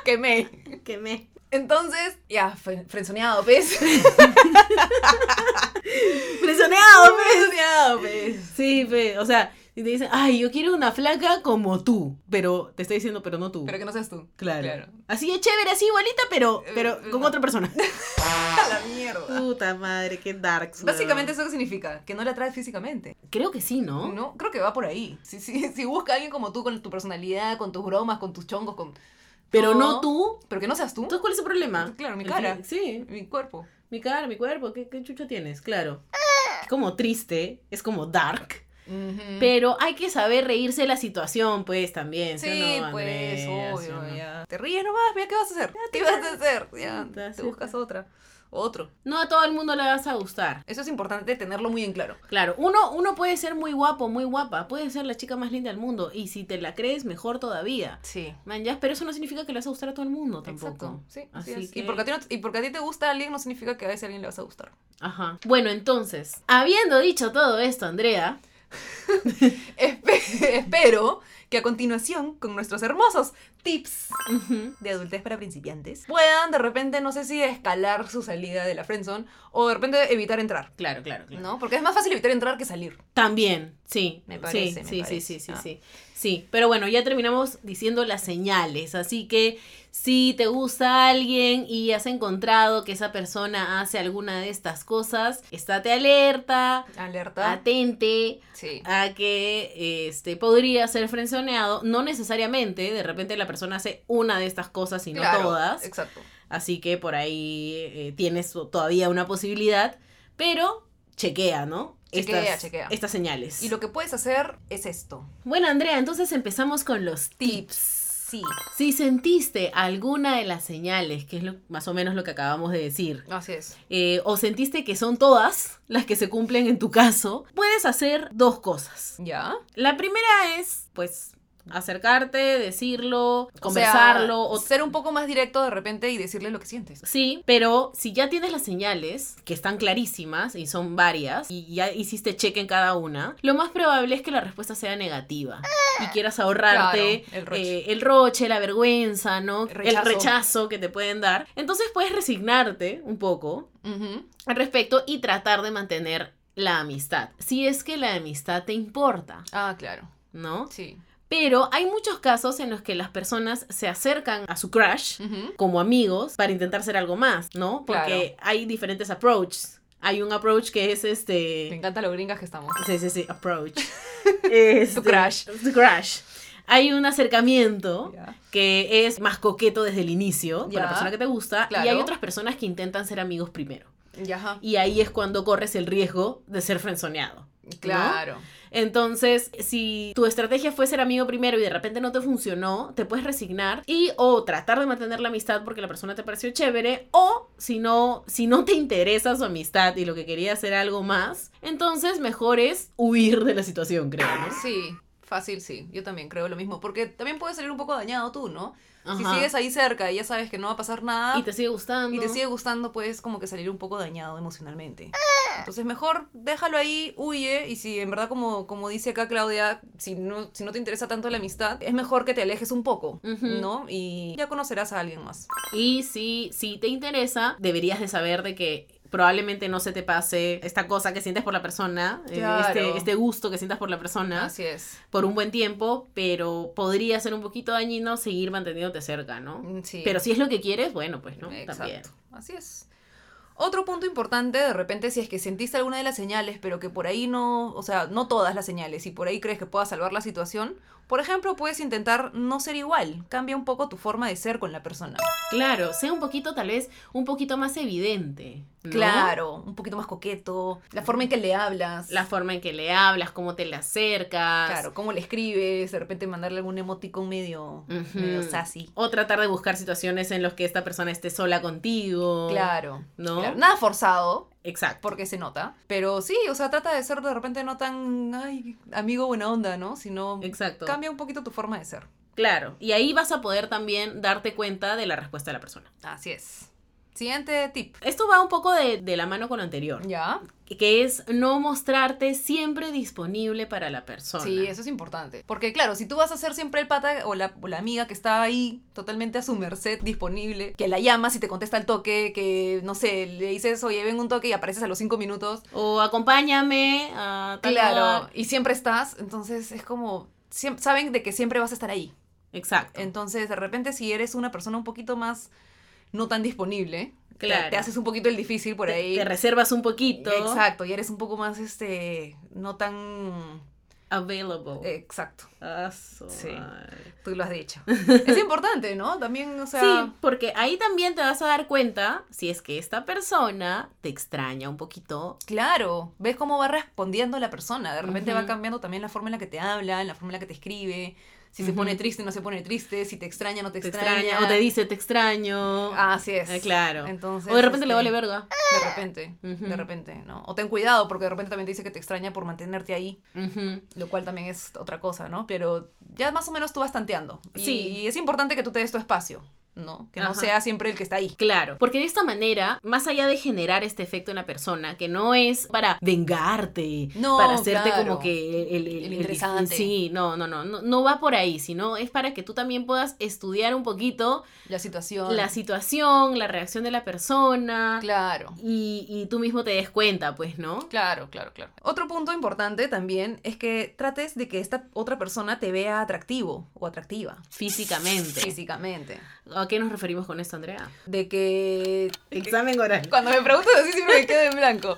Speaker 3: que me.
Speaker 4: Que me-
Speaker 3: Entonces, ya, fre- frenzoneado, ¿ves?
Speaker 4: Presoneado, pe.
Speaker 3: frenzoneado, ¿ves?
Speaker 4: Sí, pe. O sea, Y te dicen, ay, yo quiero una flaca como tú. Pero te está diciendo, pero no tú.
Speaker 3: Pero que no seas tú.
Speaker 4: claro.
Speaker 3: claro.
Speaker 4: Así de chévere, así igualita, pero,
Speaker 3: Eh,
Speaker 4: pero
Speaker 3: eh,
Speaker 4: con
Speaker 3: no.
Speaker 4: otra persona.
Speaker 3: A la mierda.
Speaker 4: Puta madre, qué darks. weón.
Speaker 3: Básicamente eso que significa, que no la atraes físicamente.
Speaker 4: Creo que sí, ¿no?
Speaker 3: No, creo que va por ahí. Si, si, si busca a alguien como tú, con tu personalidad, con tus bromas, con tus chongos, con...
Speaker 4: Pero no, tú.
Speaker 3: todo, Pero que no seas tú. Ah,
Speaker 4: Entonces, ¿cuál es el problema?
Speaker 3: Claro, mi
Speaker 4: El
Speaker 3: cara.
Speaker 4: fin- Sí,
Speaker 3: Mi cuerpo.
Speaker 4: mi cara, mi cuerpo, ¿qué, qué chucho tienes? Claro. Es como triste, es como dark.
Speaker 3: Ujú.
Speaker 4: Pero hay que saber reírse de la situación, pues, también. ¿sí o
Speaker 3: Sí,
Speaker 4: no,
Speaker 3: pues,
Speaker 4: Andrea? ¿Sí o
Speaker 3: obvio,
Speaker 4: no?
Speaker 3: ya. Te ríes nomás, mira, ¿qué vas a hacer? ¿Qué vas a hacer? Ya,
Speaker 4: Puta, sí,
Speaker 3: te buscas otra. Otro.
Speaker 4: No a todo el mundo le vas a gustar.
Speaker 3: Eso es importante tenerlo muy en claro.
Speaker 4: Claro, uno, uno puede ser muy guapo, muy guapa, puede ser la chica más linda del mundo, y si te la crees, mejor todavía.
Speaker 3: Sí.
Speaker 4: Man, ya, pero eso no significa que le vas a gustar a todo el mundo tampoco.
Speaker 3: Exacto. Sí, así,
Speaker 4: Así
Speaker 3: es.
Speaker 4: que-
Speaker 3: Y, porque a ti no- y porque a ti te gusta alguien no significa que a ese alguien le vas a gustar.
Speaker 4: Ajá. Bueno, entonces, habiendo dicho todo esto, Andrea,
Speaker 3: Espe- espero que a continuación, con nuestros hermosos tips
Speaker 4: ujú,
Speaker 3: de adultez para principiantes, puedan de repente, no sé si escalar su salida de la friendzone o de repente evitar entrar.
Speaker 4: claro, claro, claro.
Speaker 3: ¿No? Porque es más fácil evitar entrar que salir.
Speaker 4: También, sí.
Speaker 3: Me
Speaker 4: Me
Speaker 3: parece,
Speaker 4: parece. Sí, sí,
Speaker 3: me parece.
Speaker 4: sí, sí,
Speaker 3: Ah.
Speaker 4: sí. Sí, pero bueno, ya terminamos diciendo las señales. Así que si te gusta alguien y has encontrado que esa persona hace alguna de estas cosas, estate alerta,
Speaker 3: Alerta.
Speaker 4: Ah, atente
Speaker 3: sí.
Speaker 4: a que este podría ser frenzoneado, no necesariamente, de repente la persona hace una de estas cosas y no
Speaker 3: Claro,
Speaker 4: todas.
Speaker 3: Exacto.
Speaker 4: Así que por ahí eh, tienes to- todavía una posibilidad, pero chequea, ¿no?
Speaker 3: Chequea,
Speaker 4: estas,
Speaker 3: chequea.
Speaker 4: Estas señales.
Speaker 3: Y lo que puedes hacer es esto.
Speaker 4: Bueno, Andrea, entonces empezamos con los tips.
Speaker 3: Sí.
Speaker 4: Si sentiste alguna de las señales, que es lo- más o menos lo que acabamos de decir,
Speaker 3: Así es.
Speaker 4: eh, o sentiste que son todas las que se cumplen en tu caso, puedes hacer dos cosas.
Speaker 3: ¿Ya?
Speaker 4: La primera es, pues, acercarte, decirlo, conversarlo,
Speaker 3: O
Speaker 4: o
Speaker 3: sea, ser un poco más directo de repente y decirle lo que sientes.
Speaker 4: Sí, pero si ya tienes las señales, que están clarísimas y son varias, y ya hiciste check en cada una, lo más probable es que la respuesta sea negativa y quieras ahorrarte
Speaker 3: Claro, el roche.
Speaker 4: eh, el roche, la vergüenza, ¿no?
Speaker 3: El rechazo.
Speaker 4: El rechazo que te pueden dar. Entonces puedes resignarte un poco al respecto y tratar de mantener la amistad, si es que la amistad te importa,
Speaker 3: Ah, claro.
Speaker 4: ¿no?
Speaker 3: Sí.
Speaker 4: Pero hay muchos casos en los que las personas se acercan a su crush
Speaker 3: Ujú.
Speaker 4: como amigos para intentar ser algo más, ¿no? Porque hay diferentes approaches. Hay un approach que es
Speaker 3: Me
Speaker 4: este.
Speaker 3: encanta lo gringas que estamos.
Speaker 4: Sí, sí, sí, approach. Este-
Speaker 3: Tu crush.
Speaker 4: Tu crush. Hay un acercamiento
Speaker 3: Ya.
Speaker 4: que es más coqueto desde el inicio con
Speaker 3: Ya.
Speaker 4: la persona que te gusta y hay
Speaker 3: Claro.
Speaker 4: otras personas que intentan ser amigos primero.
Speaker 3: Ya, ajá.
Speaker 4: Y ahí es cuando corres el riesgo de ser frenzoneado.
Speaker 3: Claro.
Speaker 4: Entonces, si tu estrategia fue ser amigo primero y de repente no te funcionó, te puedes resignar y o tratar de mantener la amistad porque la persona te pareció chévere o si no, si no te interesa su amistad y lo que quería hacer algo más, entonces mejor es huir de la situación, creo, ¿no?
Speaker 3: Sí. Fácil, sí. Yo también creo lo mismo. Porque también puedes salir un poco dañado tú, ¿no? Si
Speaker 4: Ajá.
Speaker 3: sigues ahí cerca y ya sabes que no va a pasar nada
Speaker 4: y te sigue gustando.
Speaker 3: y te sigue gustando, puedes como que salir un poco dañado emocionalmente. Entonces mejor déjalo ahí, huye. Y si en verdad, como, como dice acá Claudia, si no, si no te interesa tanto la amistad, es mejor que te alejes un poco,
Speaker 4: Ujú.
Speaker 3: ¿no? Y ya conocerás a alguien más.
Speaker 4: Y si, si te interesa, deberías de saber de que probablemente no se te pase esta cosa que sientes por la persona, eh,
Speaker 3: Claro.
Speaker 4: este, este gusto que sientas por la persona.
Speaker 3: Así es.
Speaker 4: por un buen tiempo, pero podría ser un poquito dañino seguir manteniéndote cerca, ¿no?
Speaker 3: Mm, Sí.
Speaker 4: Pero si es lo que quieres, bueno, pues no,
Speaker 3: Exacto.
Speaker 4: también.
Speaker 3: Así es. Otro punto importante, de repente, si es que sentiste alguna de las señales, pero que por ahí no, o sea, no todas las señales, y por ahí crees que puedas salvar la situación, por ejemplo, puedes intentar no ser igual, cambia un poco tu forma de ser con la persona.
Speaker 4: Claro, sea un poquito, tal vez, un poquito más evidente. ¿no?
Speaker 3: Claro, un poquito más coqueto, la forma en que le hablas,
Speaker 4: La forma en que le hablas, cómo te le acercas.
Speaker 3: claro, cómo le escribes, de repente mandarle algún emoticón medio,
Speaker 4: Ujú.
Speaker 3: medio sassy.
Speaker 4: O tratar de buscar situaciones en las que esta persona esté sola contigo.
Speaker 3: Claro,
Speaker 4: Oh. ¿No?
Speaker 3: claro, nada forzado,
Speaker 4: Exacto.
Speaker 3: porque se nota. Pero sí, o sea, trata de ser de repente no tan, ay, amigo buena onda, ¿no? Sino
Speaker 4: Exacto.
Speaker 3: cambia un poquito tu forma de ser.
Speaker 4: Claro. Y ahí vas a poder también darte cuenta de la respuesta de la persona.
Speaker 3: Así es. Siguiente tip.
Speaker 4: Esto va un poco de, de la mano con lo anterior,
Speaker 3: ¿Ya?
Speaker 4: que es no mostrarte siempre disponible para la persona.
Speaker 3: Sí, eso es importante. Porque claro, si tú vas a ser siempre el pata o la, o la amiga que está ahí totalmente a su merced, disponible, que la llamas y te contesta al toque, que no sé, le dices, oye, ven un toque y apareces a los cinco minutos.
Speaker 4: O acompáñame a tal
Speaker 3: Claro.
Speaker 4: lugar.
Speaker 3: Y siempre estás, entonces es como, siem- saben de que siempre vas a estar ahí.
Speaker 4: Exacto.
Speaker 3: Entonces, de repente, si eres una persona un poquito más no tan disponible, te-
Speaker 4: Claro.
Speaker 3: te, haces un poquito el difícil por
Speaker 4: Te-
Speaker 3: ahí.
Speaker 4: Te, reservas un poquito.
Speaker 3: Exacto, y eres un poco más, este, no tan...
Speaker 4: Available.
Speaker 3: Exacto,
Speaker 4: Ah, su
Speaker 3: Eh, sí.
Speaker 4: madre.
Speaker 3: tú lo has dicho. es importante, ¿no? También, o sea...
Speaker 4: sí, porque ahí también te vas a dar cuenta si es que esta persona te extraña un poquito.
Speaker 3: Claro, ves cómo va respondiendo la persona. De repente va
Speaker 4: Ujú.
Speaker 3: cambiando también la forma en la que te habla, la forma en la que te escribe. Si se
Speaker 4: Ujú.
Speaker 3: pone triste, no se pone triste. Si te extraña, no te,
Speaker 4: Te
Speaker 3: extraña.
Speaker 4: extraña o te dice te extraño.
Speaker 3: Ah, así es.
Speaker 4: Ah, claro.
Speaker 3: Entonces,
Speaker 4: o de repente le
Speaker 3: este,
Speaker 4: vale verga.
Speaker 3: De repente,
Speaker 4: Ujú.
Speaker 3: de repente, ¿no? O ten cuidado, porque de repente también te dice que te extraña por mantenerte ahí,
Speaker 4: Ujú.
Speaker 3: lo cual también es otra cosa, ¿no? Pero ya más o menos tú vas tanteando. Y,
Speaker 4: Sí.
Speaker 3: y es importante que tú te des tu espacio, ¿no? Que no
Speaker 4: Ajá.
Speaker 3: sea siempre el que está ahí.
Speaker 4: Claro, porque de esta manera, más allá de generar este efecto en la persona, que no es para vengarte,
Speaker 3: No,
Speaker 4: para hacerte
Speaker 3: claro.
Speaker 4: como que el, el- el-
Speaker 3: El
Speaker 4: el-
Speaker 3: interesante.
Speaker 4: sí, no, no, no, no, no va por ahí, sino es para que tú también puedas estudiar un poquito
Speaker 3: La situación.
Speaker 4: la situación, la reacción de la persona,
Speaker 3: Claro.
Speaker 4: y, y tú mismo te des cuenta, pues, ¿no?
Speaker 3: Claro, claro, claro. Otro punto importante también es que trates de que esta otra persona te vea atractivo o atractiva
Speaker 4: Físicamente.
Speaker 3: físicamente.
Speaker 4: ¿A qué nos referimos con esto, Andrea?
Speaker 3: De que
Speaker 4: Examen oral.
Speaker 3: cuando me preguntas así siempre me quedo en blanco.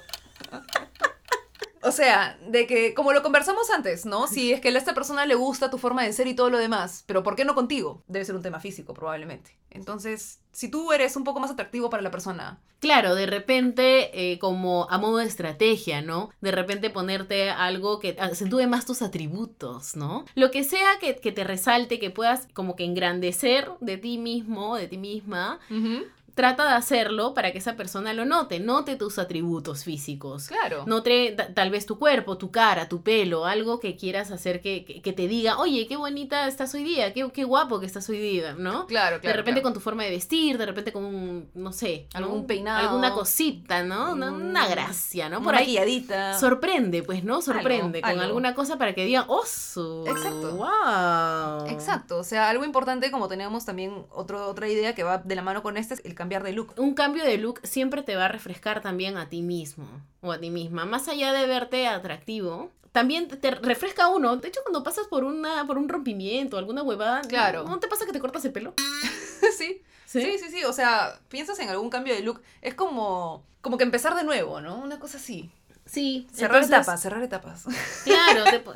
Speaker 3: O sea, de que como lo conversamos antes, ¿no? Si es que a esta persona le gusta tu forma de ser y todo lo demás, pero ¿por qué no contigo? Debe ser un tema físico probablemente. Entonces, si tú eres un poco más atractivo para la persona,
Speaker 4: Claro, de repente, eh, como a modo de estrategia, ¿no? De repente ponerte algo que acentúe más tus atributos, ¿no? Lo que sea que, que te resalte, que puedas como que engrandecer de ti mismo, de ti misma, trata de hacerlo para que esa persona lo note, note tus atributos físicos.
Speaker 3: claro.
Speaker 4: Note ta- tal vez tu cuerpo, tu cara, tu pelo, algo que quieras hacer que, que, que te diga, oye, qué bonita estás hoy día, qué, qué guapo que estás hoy día, ¿no?
Speaker 3: Claro, claro.
Speaker 4: de repente
Speaker 3: claro.
Speaker 4: con tu forma de vestir, de repente con un, no sé, ¿no?
Speaker 3: Algún peinado.
Speaker 4: Alguna cosita, ¿no? Una, una
Speaker 3: Mm,
Speaker 4: gracia, ¿no?
Speaker 3: Una
Speaker 4: Por ahí.
Speaker 3: maquilladita.
Speaker 4: Sorprende, pues, ¿no? Sorprende
Speaker 3: Algo,
Speaker 4: con
Speaker 3: algo.
Speaker 4: alguna cosa para que digan, ¡oh, su!
Speaker 3: Exacto.
Speaker 4: ¡Wow!
Speaker 3: Exacto, o sea, algo importante como teníamos también otro, otra idea que va de la mano con este es el cambiar de look.
Speaker 4: Un cambio de look siempre te va a refrescar también a ti mismo o a ti misma. Más allá de verte atractivo, también te- te refresca uno. De hecho, cuando pasas por, una, por un rompimiento, alguna huevada, ¿no-
Speaker 3: Claro.
Speaker 4: ¿no, te pasa que te cortas el pelo?
Speaker 3: sí, sí, sí, sí, o sea, piensas en algún cambio de look, es como, como que empezar de nuevo, ¿no? Una cosa así.
Speaker 4: Sí.
Speaker 3: Cerrar
Speaker 4: entonces-
Speaker 3: etapas, cerrar etapas.
Speaker 4: Claro, te po-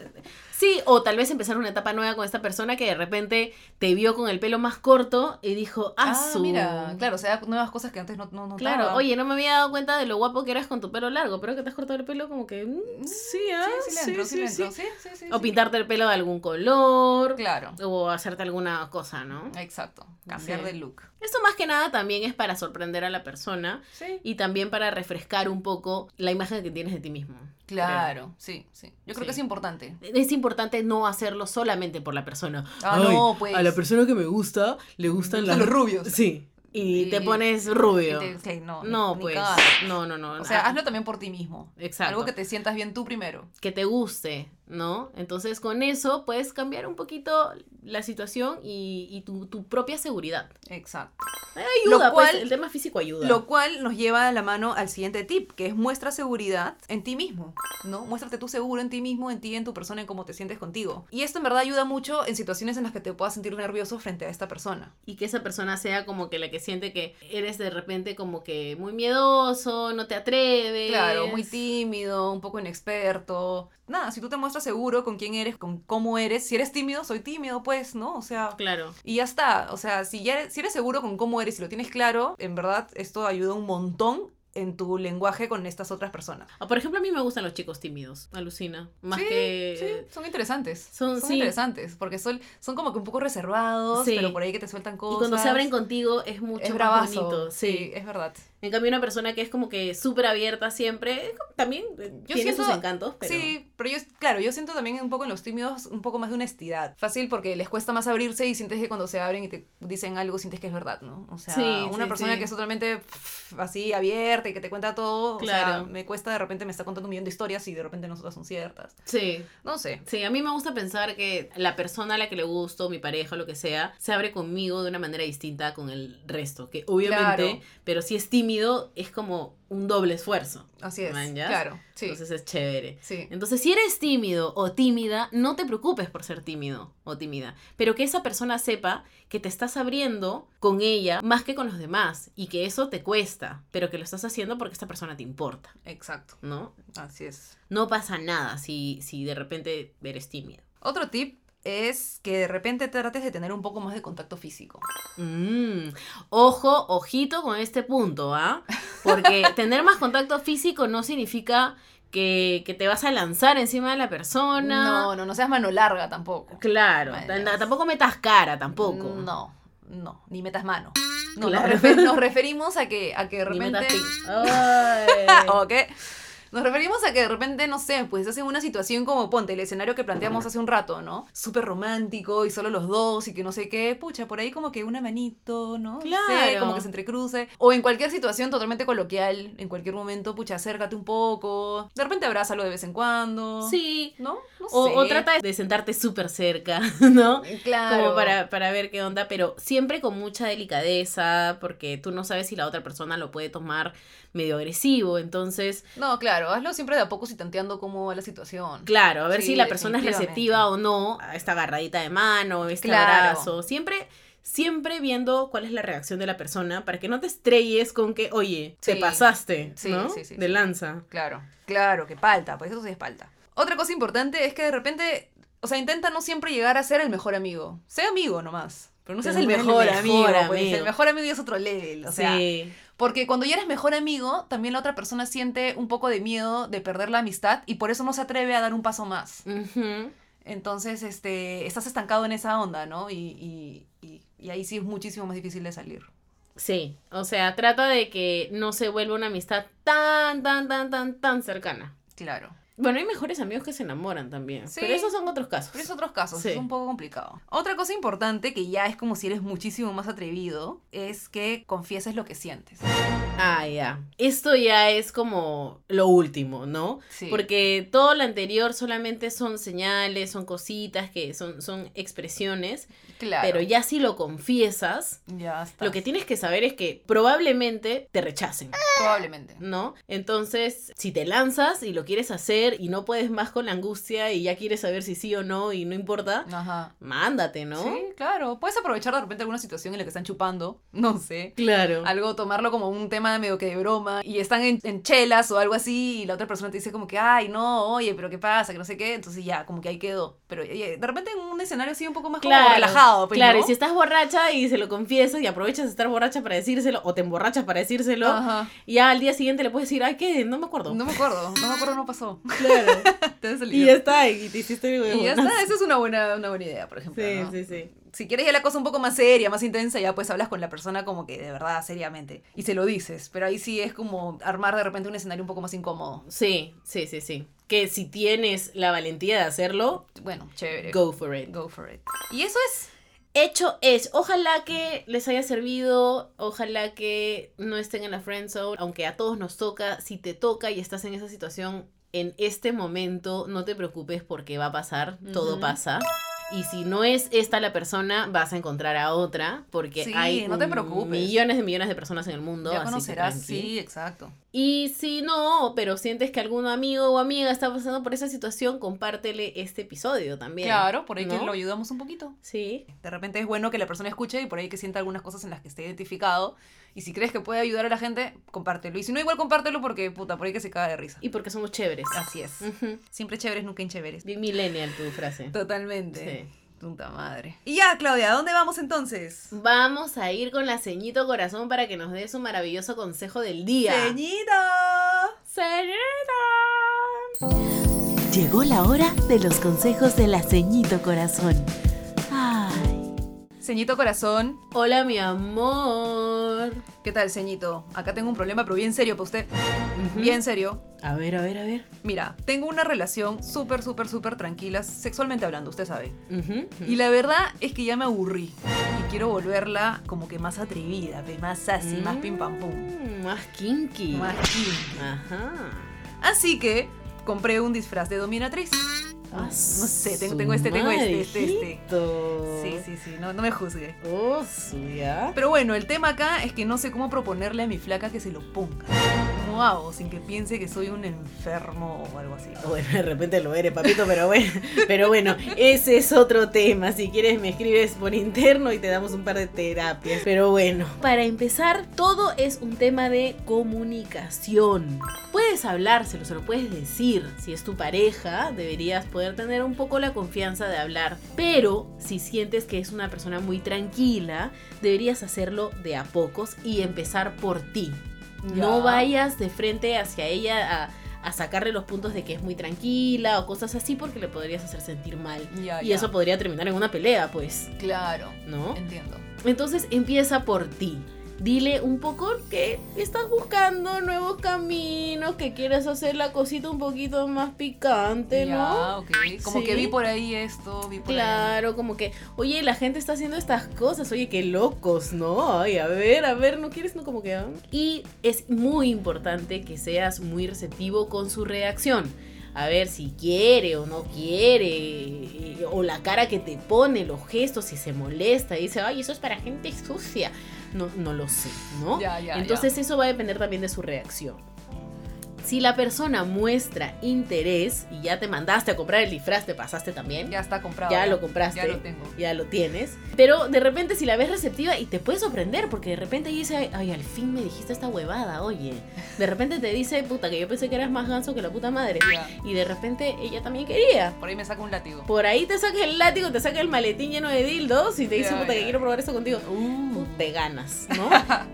Speaker 4: sí, o tal vez empezar una etapa nueva con esta persona que de repente te vio con el pelo más corto y dijo, ah, su...
Speaker 3: mira, claro, o sea, nuevas cosas que antes no no notaba.
Speaker 4: Claro, oye, no me había dado cuenta de lo guapo que eras con tu pelo largo, pero que te has cortado el pelo como que... mm, sí, ah,
Speaker 3: sí, sí, le entro, sí, le entro, sí, sí, sí,
Speaker 4: O
Speaker 3: sí.
Speaker 4: pintarte el pelo de algún color,
Speaker 3: Claro,
Speaker 4: o hacerte alguna cosa, ¿no?
Speaker 3: exacto, cambiar
Speaker 4: Mm. Sí.
Speaker 3: de look.
Speaker 4: Esto más que nada también es para sorprender a la persona
Speaker 3: Sí.
Speaker 4: y también para refrescar un poco la imagen que tienes de ti mismo.
Speaker 3: Claro, sí, sí. Yo creo que es
Speaker 4: Sí.
Speaker 3: importante.
Speaker 4: Es importante no hacerlo solamente por la persona.
Speaker 3: Ah,
Speaker 4: Ay,
Speaker 3: no, pues.
Speaker 4: A la persona que me gusta, le gustan
Speaker 3: Son
Speaker 4: las...
Speaker 3: los rubios.
Speaker 4: Sí. Y
Speaker 3: Y-
Speaker 4: te pones
Speaker 3: Y
Speaker 4: rubio.
Speaker 3: te- sí, no, ni-
Speaker 4: No,
Speaker 3: ni
Speaker 4: pues.
Speaker 3: cagar.
Speaker 4: No, no, no.
Speaker 3: O sea,
Speaker 4: Ah,
Speaker 3: hazlo también por ti mismo.
Speaker 4: Exacto.
Speaker 3: Algo que te sientas bien tú primero.
Speaker 4: que te guste, ¿no? Entonces, con eso puedes cambiar un poquito la situación y, y tu, tu propia seguridad.
Speaker 3: Exacto.
Speaker 4: Ayuda,
Speaker 3: Lo cual-
Speaker 4: pues. El tema físico ayuda.
Speaker 3: Lo cual nos lleva de la mano al siguiente tip, que es muestra seguridad en ti mismo, ¿no? Muéstrate tú seguro en ti mismo, en ti, en tu persona, en cómo te sientes contigo. Y esto en verdad ayuda mucho en situaciones en las que te puedas sentir nervioso frente a esta persona.
Speaker 4: Y que esa persona sea como que la que siente que eres de repente como que muy miedoso, no te atreves.
Speaker 3: Claro, muy tímido, un poco inexperto. Nada, si tú te muestras seguro con quién eres, con cómo eres, si eres tímido, soy tímido, pues, ¿no? O sea,
Speaker 4: Claro.
Speaker 3: Y ya está. O sea, si, ya eres, si eres seguro con cómo eres y lo tienes claro, en verdad esto ayuda un montón en tu lenguaje con estas otras personas.
Speaker 4: Ah, Por ejemplo, a mí me gustan los chicos tímidos. Alucina. Más
Speaker 3: Sí,
Speaker 4: que.
Speaker 3: Sí, son interesantes. Son,
Speaker 4: son- sí.
Speaker 3: interesantes porque son, son como que un poco reservados,
Speaker 4: Sí.
Speaker 3: pero por ahí que te sueltan cosas.
Speaker 4: Y cuando se abren contigo es mucho
Speaker 3: es
Speaker 4: más
Speaker 3: bravazo.
Speaker 4: bonito.
Speaker 3: sí.
Speaker 4: Sí.
Speaker 3: es verdad.
Speaker 4: En cambio, una persona que es como que súper abierta siempre, eh, también eh, tiene
Speaker 3: siento-
Speaker 4: sus encantos, pero...
Speaker 3: Sí, Pero yo, claro, yo siento también un poco en los tímidos un poco más de honestidad. Fácil porque les cuesta más abrirse y sientes que cuando se abren y te dicen algo, sientes que es verdad, ¿no? O sea,
Speaker 4: Sí,
Speaker 3: una
Speaker 4: sí,
Speaker 3: persona
Speaker 4: sí.
Speaker 3: que es totalmente pff, así abierta y que te cuenta todo, o
Speaker 4: Claro.
Speaker 3: sea, me cuesta de repente, me está contando un millón de historias y de repente no todas son ciertas.
Speaker 4: Sí.
Speaker 3: No sé.
Speaker 4: Sí, a mí me gusta pensar que la persona a la que le gusto, mi pareja o lo que sea, se abre conmigo de una manera distinta con el resto. Que obviamente,
Speaker 3: Claro.
Speaker 4: pero si es tímido, es como un doble esfuerzo.
Speaker 3: Así es.
Speaker 4: Man, ¿ya?
Speaker 3: Claro. Sí.
Speaker 4: Entonces es chévere.
Speaker 3: sí.
Speaker 4: Entonces, si eres tímido o tímida, no te preocupes por ser tímido o tímida, pero que esa persona sepa que te estás abriendo con ella más que con los demás y que eso te cuesta, pero que lo estás haciendo porque esta persona te importa,
Speaker 3: Exacto.
Speaker 4: ¿no?
Speaker 3: Así es.
Speaker 4: No pasa nada si, si de repente eres tímido.
Speaker 3: Otro tip es que de repente trates de tener un poco más de contacto físico.
Speaker 4: Mm, Ojo, ojito con este punto, ¿ah? Porque tener más contacto físico no significa que, que te vas a lanzar encima de la persona.
Speaker 3: no, no, no seas mano larga tampoco.
Speaker 4: Claro,
Speaker 3: Mañas.
Speaker 4: tan- tampoco metas cara, tampoco.
Speaker 3: No, no, ni metas mano. No,
Speaker 4: Claro.
Speaker 3: nos, refer- nos referimos a que, a que de
Speaker 4: Ni
Speaker 3: repente...
Speaker 4: metas pic. Ay.
Speaker 3: Ok. Nos referimos a que de repente, no sé, pues estás en una situación como, ponte, el escenario que planteamos hace un rato, ¿no? Súper romántico y solo los dos y que no sé qué, pucha, por ahí como que una manito, ¿no? No sé,
Speaker 4: Claro.
Speaker 3: como que se entrecruce. O en cualquier situación totalmente coloquial, en cualquier momento, pucha, acércate un poco. De repente abrázalo de vez en cuando.
Speaker 4: Sí.
Speaker 3: ¿No? No
Speaker 4: O,
Speaker 3: sé.
Speaker 4: o trata de sentarte súper cerca, ¿no?
Speaker 3: Claro.
Speaker 4: Como para, para ver qué onda, pero siempre con mucha delicadeza, porque tú no sabes si la otra persona lo puede tomar medio agresivo. Entonces,
Speaker 3: No, claro, hazlo siempre de a poco y tanteando cómo va la situación.
Speaker 4: Claro, a ver
Speaker 3: Sí,
Speaker 4: si la persona es
Speaker 3: definitivamente.
Speaker 4: receptiva o no a esta agarradita de mano, este
Speaker 3: Claro.
Speaker 4: abrazo. Siempre, siempre viendo cuál es la reacción de la persona para que no te estrelles con que, oye, te
Speaker 3: Sí.
Speaker 4: pasaste,
Speaker 3: Sí,
Speaker 4: ¿no?
Speaker 3: sí, sí,
Speaker 4: de
Speaker 3: sí.
Speaker 4: lanza.
Speaker 3: Claro, claro, que palta, pues eso sí es palta. Otra cosa importante es que de repente, o sea, intenta no siempre llegar a ser el mejor amigo. Sé amigo nomás, pero no seas
Speaker 4: Pero
Speaker 3: el
Speaker 4: no eres
Speaker 3: mejor,
Speaker 4: el
Speaker 3: amigo,
Speaker 4: mejor
Speaker 3: pues,
Speaker 4: amigo.
Speaker 3: el mejor amigo ya es otro level, o sea,
Speaker 4: sí,
Speaker 3: porque cuando ya eres mejor amigo, también la otra persona siente un poco de miedo de perder la amistad y por eso no se atreve a dar un paso más.
Speaker 4: Ujú.
Speaker 3: Entonces, este, estás estancado en esa onda, ¿no? Y, y- y- y ahí sí es muchísimo más difícil de salir.
Speaker 4: sí. O sea, trata de que no se vuelva una amistad tan, tan, tan, tan, tan cercana.
Speaker 3: Claro.
Speaker 4: Bueno, hay mejores amigos que se enamoran también,
Speaker 3: Sí.
Speaker 4: pero esos son otros casos.
Speaker 3: Pero es otros casos,
Speaker 4: Sí.
Speaker 3: es un poco complicado. Otra cosa importante, que ya es como si eres muchísimo más atrevido, es que confieses lo que sientes.
Speaker 4: Ah, ya. Esto ya es como lo último, ¿no?
Speaker 3: Sí.
Speaker 4: Porque todo lo anterior solamente son señales, son cositas, que son, son expresiones,
Speaker 3: claro,
Speaker 4: pero ya si lo confiesas,
Speaker 3: ya está.
Speaker 4: lo que tienes que saber es que probablemente te rechacen,
Speaker 3: Probablemente.
Speaker 4: ¿no? Entonces, si te lanzas y lo quieres hacer y no puedes más con la angustia y ya quieres saber si sí o no y no importa,
Speaker 3: Ajá.
Speaker 4: mándate, ¿no?
Speaker 3: Sí, claro. Puedes aprovechar de repente alguna situación en la que están chupando, no sé.
Speaker 4: Claro.
Speaker 3: Algo, tomarlo como un tema medio que de broma y están en, en chelas o algo así y la otra persona te dice como que, ay, no, oye, pero qué pasa, que no sé qué. Entonces ya, como que ahí quedó. Pero oye, de repente en un escenario así un poco más como
Speaker 4: Claro,
Speaker 3: relajado. Pues,
Speaker 4: claro,
Speaker 3: ¿no?
Speaker 4: y si estás borracha y se lo confiesas y aprovechas de estar borracha para decírselo o te emborrachas para decírselo,
Speaker 3: Ajá.
Speaker 4: ya al día siguiente le puedes decir, ay, ¿qué? No me acuerdo.
Speaker 3: No me acuerdo, no me acuerdo, no pasó.
Speaker 4: Claro.
Speaker 3: Te has
Speaker 4: Y
Speaker 3: salido.
Speaker 4: ya está, y te hiciste el huevón.
Speaker 3: Y ya está, esa es una buena, una buena idea, por ejemplo.
Speaker 4: Sí,
Speaker 3: ¿no?
Speaker 4: sí, sí.
Speaker 3: Si quieres ya la cosa un poco más seria, más intensa, ya pues hablas con la persona como que de verdad, seriamente. Y se lo dices. Pero ahí sí es como armar de repente un escenario un poco más incómodo.
Speaker 4: Sí, sí, sí, sí. Que si tienes la valentía de hacerlo,
Speaker 3: Bueno, chévere.
Speaker 4: go for it.
Speaker 3: Go for it. Y eso es.
Speaker 4: Hecho es, ojalá que les haya servido, ojalá que no estén en la friend zone, aunque a todos nos toca, si te toca y estás en esa situación en este momento, no te preocupes porque va a pasar, todo
Speaker 3: Ujú.
Speaker 4: pasa. Y si no es esta la persona, vas a encontrar a otra, porque
Speaker 3: Sí,
Speaker 4: hay
Speaker 3: no te preocupes.
Speaker 4: millones de millones de personas en el mundo.
Speaker 3: ya
Speaker 4: así que
Speaker 3: conocerás.
Speaker 4: tranqui.
Speaker 3: Sí, exacto.
Speaker 4: Y si no, pero sientes que algún amigo o amiga está pasando por esa situación, compártele este episodio también.
Speaker 3: Claro, por ahí que
Speaker 4: ¿no?
Speaker 3: lo ayudamos un poquito.
Speaker 4: Sí.
Speaker 3: De repente es bueno que la persona escuche y por ahí que sienta algunas cosas en las que esté identificado. Y si crees que puede ayudar a la gente, compártelo. Y si no, igual compártelo porque, puta, por ahí que se caga de risa.
Speaker 4: Y porque somos chéveres.
Speaker 3: Así es.
Speaker 4: Ujú.
Speaker 3: Siempre chéveres, nunca inchéveres.
Speaker 4: Bien millennial tu frase.
Speaker 3: Totalmente.
Speaker 4: Sí.
Speaker 3: Punta madre. Y ya, Claudia, ¿a dónde vamos entonces?
Speaker 4: Vamos a ir con la ceñito corazón para que nos dé su maravilloso consejo del día.
Speaker 3: ¡Ceñito!
Speaker 4: ¡Ceñito!
Speaker 5: Llegó la hora de los consejos de la ceñito corazón. Ay.
Speaker 3: Ceñito corazón,
Speaker 4: Hola, mi amor.
Speaker 3: ¿Qué tal, ceñito? Acá tengo un problema, pero bien serio para usted.
Speaker 4: Ujú.
Speaker 3: Bien serio.
Speaker 4: A ver, a ver, a ver.
Speaker 3: Mira, tengo una relación súper, súper, súper tranquila, sexualmente hablando, usted sabe.
Speaker 4: Ujú.
Speaker 3: Y la verdad es que ya me aburrí. Y quiero volverla como que más atrevida, pe, más sassy, más
Speaker 4: Mm,
Speaker 3: pim pam pum.
Speaker 4: Más kinky.
Speaker 3: Más kinky.
Speaker 4: Ajá.
Speaker 3: Así que compré un disfraz de dominatriz.
Speaker 4: Ah,
Speaker 3: no sé,
Speaker 4: su
Speaker 3: tengo, tengo este, tengo este, este, este.
Speaker 4: madrejito.
Speaker 3: Sí, sí, sí, no, no me juzgue.
Speaker 4: Oh, su ya.
Speaker 3: Pero bueno, el tema acá es que no sé cómo proponerle a mi flaca que se lo ponga. ¿Cómo hago sin que piense que soy un enfermo o algo así?
Speaker 4: Bueno, de repente lo eres, papito, pero bueno, pero bueno, ese es otro tema. Si quieres me escribes por interno y te damos un par de terapias. Pero bueno, para empezar, todo es un tema de comunicación. Puedes hablárselo, se lo puedes decir. Si es tu pareja, deberías poder tener un poco la confianza de hablar. Pero si sientes que es una persona muy tranquila, deberías hacerlo de a pocos y empezar por ti. No
Speaker 3: Ya.
Speaker 4: vayas de frente hacia ella a, a sacarle los puntos de que es muy tranquila o cosas así porque le podrías hacer sentir mal.
Speaker 3: Ah, Ya,
Speaker 4: Y
Speaker 3: ya.
Speaker 4: eso podría terminar en una pelea, pues,
Speaker 3: Claro,
Speaker 4: ¿no?
Speaker 3: entiendo.
Speaker 4: Entonces empieza por ti. Dile un poco que estás buscando nuevos caminos, que quieres hacer la cosita un poquito más picante, ¿no?
Speaker 3: Ya, ok. Como
Speaker 4: Sí.
Speaker 3: que vi por ahí esto, vi por ahí.
Speaker 4: Claro, como que, oye, la gente está haciendo estas cosas, oye, qué locos, ¿no? Ay, a ver, a ver, ¿no quieres? No, como que... ah? Y es muy importante que seas muy receptivo con su reacción. A ver si quiere o no quiere, eh, o la cara que te pone, los gestos, si se molesta, y dice, ay, eso es para gente sucia. No, no lo sé, ¿no?
Speaker 3: Ya, ya, ya.
Speaker 4: Entonces eso va a depender también de su reacción. Si la persona muestra interés y ya te mandaste a comprar el disfraz, te pasaste también
Speaker 3: Ya está comprado.
Speaker 4: ya lo compraste.
Speaker 3: Ya lo tengo.
Speaker 4: Ya lo tienes. Pero de repente si la ves receptiva y te puede sorprender porque de repente ella dice, ay, al fin me dijiste esta huevada, oye. De repente te dice, puta, que yo pensé que eras más ganso que la puta madre.
Speaker 3: Ya.
Speaker 4: Y de repente ella también quería.
Speaker 3: Por ahí me saca un látigo.
Speaker 4: Por ahí te saca el látigo, te saca el maletín lleno de dildos y te dice,
Speaker 3: Ya,
Speaker 4: puta,
Speaker 3: ya.
Speaker 4: que quiero probar esto contigo
Speaker 3: Uh,
Speaker 4: te ganas, ¿no?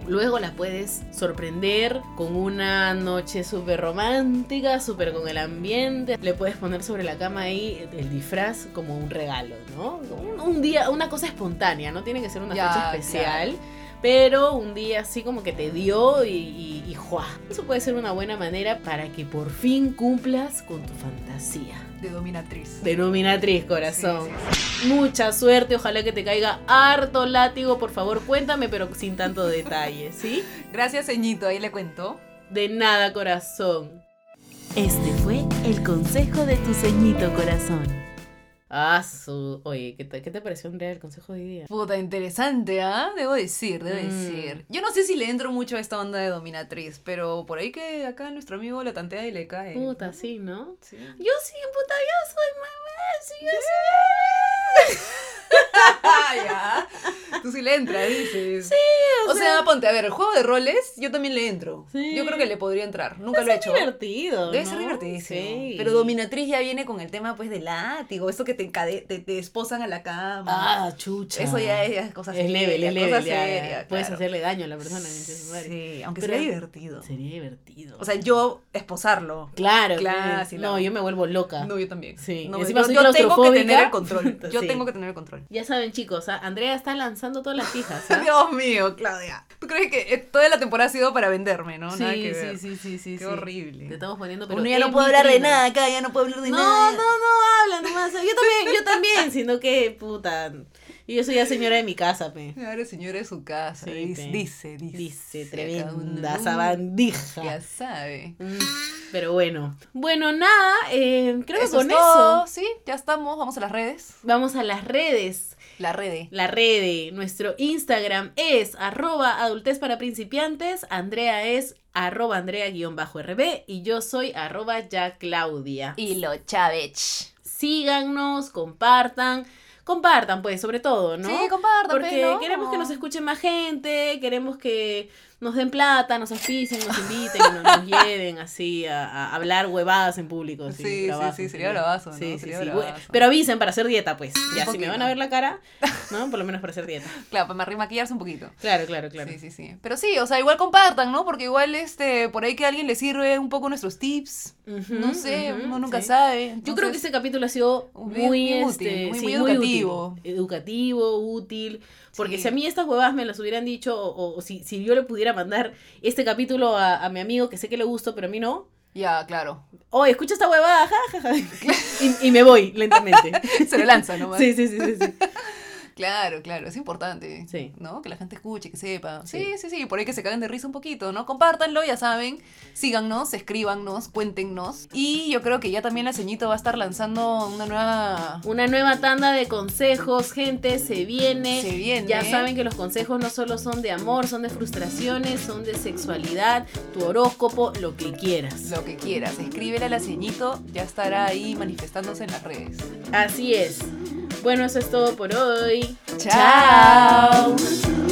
Speaker 4: Luego la puedes sorprender con una noche súper romántica, súper con el ambiente. Le puedes poner sobre la cama ahí el disfraz como un regalo, ¿no? Un, un día, una cosa espontánea, no tiene que ser una
Speaker 3: Ya,
Speaker 4: fecha especial. Pero un día así como que te dio y, y, y ¡juá! Eso puede ser una buena manera para que por fin cumplas con tu fantasía.
Speaker 3: de dominatriz.
Speaker 4: Denominatriz, corazón.
Speaker 3: Sí, sí, sí.
Speaker 4: Mucha suerte, ojalá que te caiga harto látigo, por favor, cuéntame, pero sin tanto detalle, ¿sí?
Speaker 3: Gracias, ceñito, ahí le cuento.
Speaker 4: De nada, corazón.
Speaker 5: Este fue el consejo de tu ceñito corazón.
Speaker 4: Ah, su... Oye, ¿qué te, qué te pareció, Andrea, el consejo de hoy día?
Speaker 3: Puta, interesante, ¿ah? Debo decir, debo
Speaker 4: Mm.
Speaker 3: decir. Yo no sé si le entro mucho a esta onda de dominatriz, pero por ahí que acá nuestro amigo la tantea y le cae.
Speaker 4: Puta, sí, ¿no?
Speaker 3: Sí.
Speaker 4: Yo sí, puta, yo soy mamá, sí, yo
Speaker 3: Ah, ya. Tú sí le entras, dices. Sí,
Speaker 4: o
Speaker 3: o, sea, ponte, a ver, el juego de roles, yo también le entro.
Speaker 4: Sí.
Speaker 3: Yo creo que le podría entrar. Nunca lo he hecho.
Speaker 4: soy divertido,
Speaker 3: Debe
Speaker 4: ¿no?
Speaker 3: ser divertidísimo.
Speaker 4: Sí.
Speaker 3: Pero dominatriz ya viene con el tema pues del látigo, eso que te, encade- te, te esposan a la cama.
Speaker 4: Ah, chucha.
Speaker 3: eso ya es, ya es cosa
Speaker 4: Es level,
Speaker 3: seria,
Speaker 4: es level,
Speaker 3: cosa
Speaker 4: ya, ya.
Speaker 3: seria,
Speaker 4: Puedes
Speaker 3: claro.
Speaker 4: hacerle daño a la persona. dice su madre.
Speaker 3: Sí, aunque
Speaker 4: Pero-
Speaker 3: sea divertido.
Speaker 4: Sería divertido.
Speaker 3: O sea, yo esposarlo.
Speaker 4: claro,
Speaker 3: claro,
Speaker 4: pues.
Speaker 3: sí,
Speaker 4: no,
Speaker 3: la-
Speaker 4: yo me vuelvo loca.
Speaker 3: No, yo también.
Speaker 4: Ah, Sí,
Speaker 3: No,
Speaker 4: y
Speaker 3: yo,
Speaker 4: encima soy
Speaker 3: yo tengo que tener
Speaker 4: claustrofóbica.
Speaker 3: el control. Yo
Speaker 4: Sí.
Speaker 3: tengo que tener el control.
Speaker 4: Ya saben, chicos, ¿ah? Andrea está lanzando todas las fijas. ¿ah?
Speaker 3: Dios mío, Claudia. ¿Tú crees que eh, toda la temporada ha sido para venderme, no? Nada que ver.
Speaker 4: sí, sí, sí. sí.
Speaker 3: Qué horrible.
Speaker 4: Te estamos poniendo pero
Speaker 3: Uno ya
Speaker 4: en
Speaker 3: no puedo hablar de
Speaker 4: vitrina.
Speaker 3: nada acá, ya no puedo hablar de
Speaker 4: No,
Speaker 3: nada.
Speaker 4: no, no habla nomás. Yo también, yo también, sino que puta. Y yo soy ya señora de mi casa, pe.
Speaker 3: Ahora el señor es su casa.
Speaker 4: Sí,
Speaker 3: dice,
Speaker 4: pe.
Speaker 3: dice, dice.
Speaker 4: Dice,
Speaker 3: Acá uno,
Speaker 4: tremenda
Speaker 3: uh, Ya
Speaker 4: sabandija.
Speaker 3: sabe.
Speaker 4: Mm, Pero bueno. Bueno, nada, eh, creo que
Speaker 3: Eso
Speaker 4: con
Speaker 3: es todo,
Speaker 4: eso
Speaker 3: Sí, ya estamos. Vamos a las redes.
Speaker 4: vamos a las redes.
Speaker 3: La red.
Speaker 4: La red, nuestro Instagram es arroba adultez para principiantes, Andrea es arroba Andrea-RB y yo soy arroba ya Claudia.
Speaker 3: Y lo Chávez.
Speaker 4: Síganos, compartan, compartan pues sobre todo, ¿no?
Speaker 3: Sí, compartan.
Speaker 4: Porque
Speaker 3: pe, ¿no?
Speaker 4: queremos que
Speaker 3: Como-
Speaker 4: nos escuche más gente, queremos que nos den plata, nos auspicien, nos inviten, nos, nos lleven así a, a hablar huevadas en público. así,
Speaker 3: Sí, sí,
Speaker 4: bravazo,
Speaker 3: sí, sería bravazo, ¿no?
Speaker 4: Sí, sí,
Speaker 3: Sería
Speaker 4: sí.
Speaker 3: bravazo.
Speaker 4: Bueno, Pero avisen para hacer dieta, pues. Ya, si me
Speaker 3: poquito.
Speaker 4: van a ver la cara, ¿no? Por lo menos para hacer dieta.
Speaker 3: Claro, para remaquillarse un poquito.
Speaker 4: Claro, claro, claro.
Speaker 3: Sí, sí, sí. Pero sí, o sea, igual compartan, ¿no? Porque igual este, por ahí que a alguien le sirve un poco nuestros tips.
Speaker 4: Ujú,
Speaker 3: No sé,
Speaker 4: ujú,
Speaker 3: uno nunca
Speaker 4: sí.
Speaker 3: sabe.
Speaker 4: Yo creo que
Speaker 3: Entonces,
Speaker 4: este capítulo ha sido
Speaker 3: bien-
Speaker 4: muy,
Speaker 3: bien útil,
Speaker 4: este,
Speaker 3: muy-
Speaker 4: sí,
Speaker 3: muy educativo.
Speaker 4: útil. Educativo, útil. Porque
Speaker 3: Sí.
Speaker 4: si a mí estas huevas me las hubieran dicho, o, o si, si yo le pudiera a mandar este capítulo a, a mi amigo que sé que le gustó, pero a mí no.
Speaker 3: Ya, claro.
Speaker 4: Oye, escucha esta huevada, ja, ja, ja. Y, y me voy lentamente.
Speaker 3: Se lo lanza nomás.
Speaker 4: Sí, sí, sí, sí. sí.
Speaker 3: Claro, claro, es importante.
Speaker 4: Sí.
Speaker 3: ¿No? Que la gente escuche, que sepa.
Speaker 4: Sí.
Speaker 3: Sí, sí, sí, por ahí que se caguen de risa un poquito, ¿no? Compártanlo, ya saben. Síganos, escríbanos, cuéntennos. Y yo creo que ya también la ceñito va a estar lanzando una nueva.
Speaker 4: Una nueva tanda de consejos, gente, se viene.
Speaker 3: Se viene.
Speaker 4: Eh, Ya saben que los consejos no solo son de amor, son de frustraciones, son de sexualidad, tu horóscopo, lo que quieras.
Speaker 3: Lo que quieras, escríbele a la ceñito, ya estará ahí manifestándose en las redes.
Speaker 4: Así es. Bueno, eso es todo por hoy.
Speaker 3: ¡Chao!
Speaker 4: ¡Chao!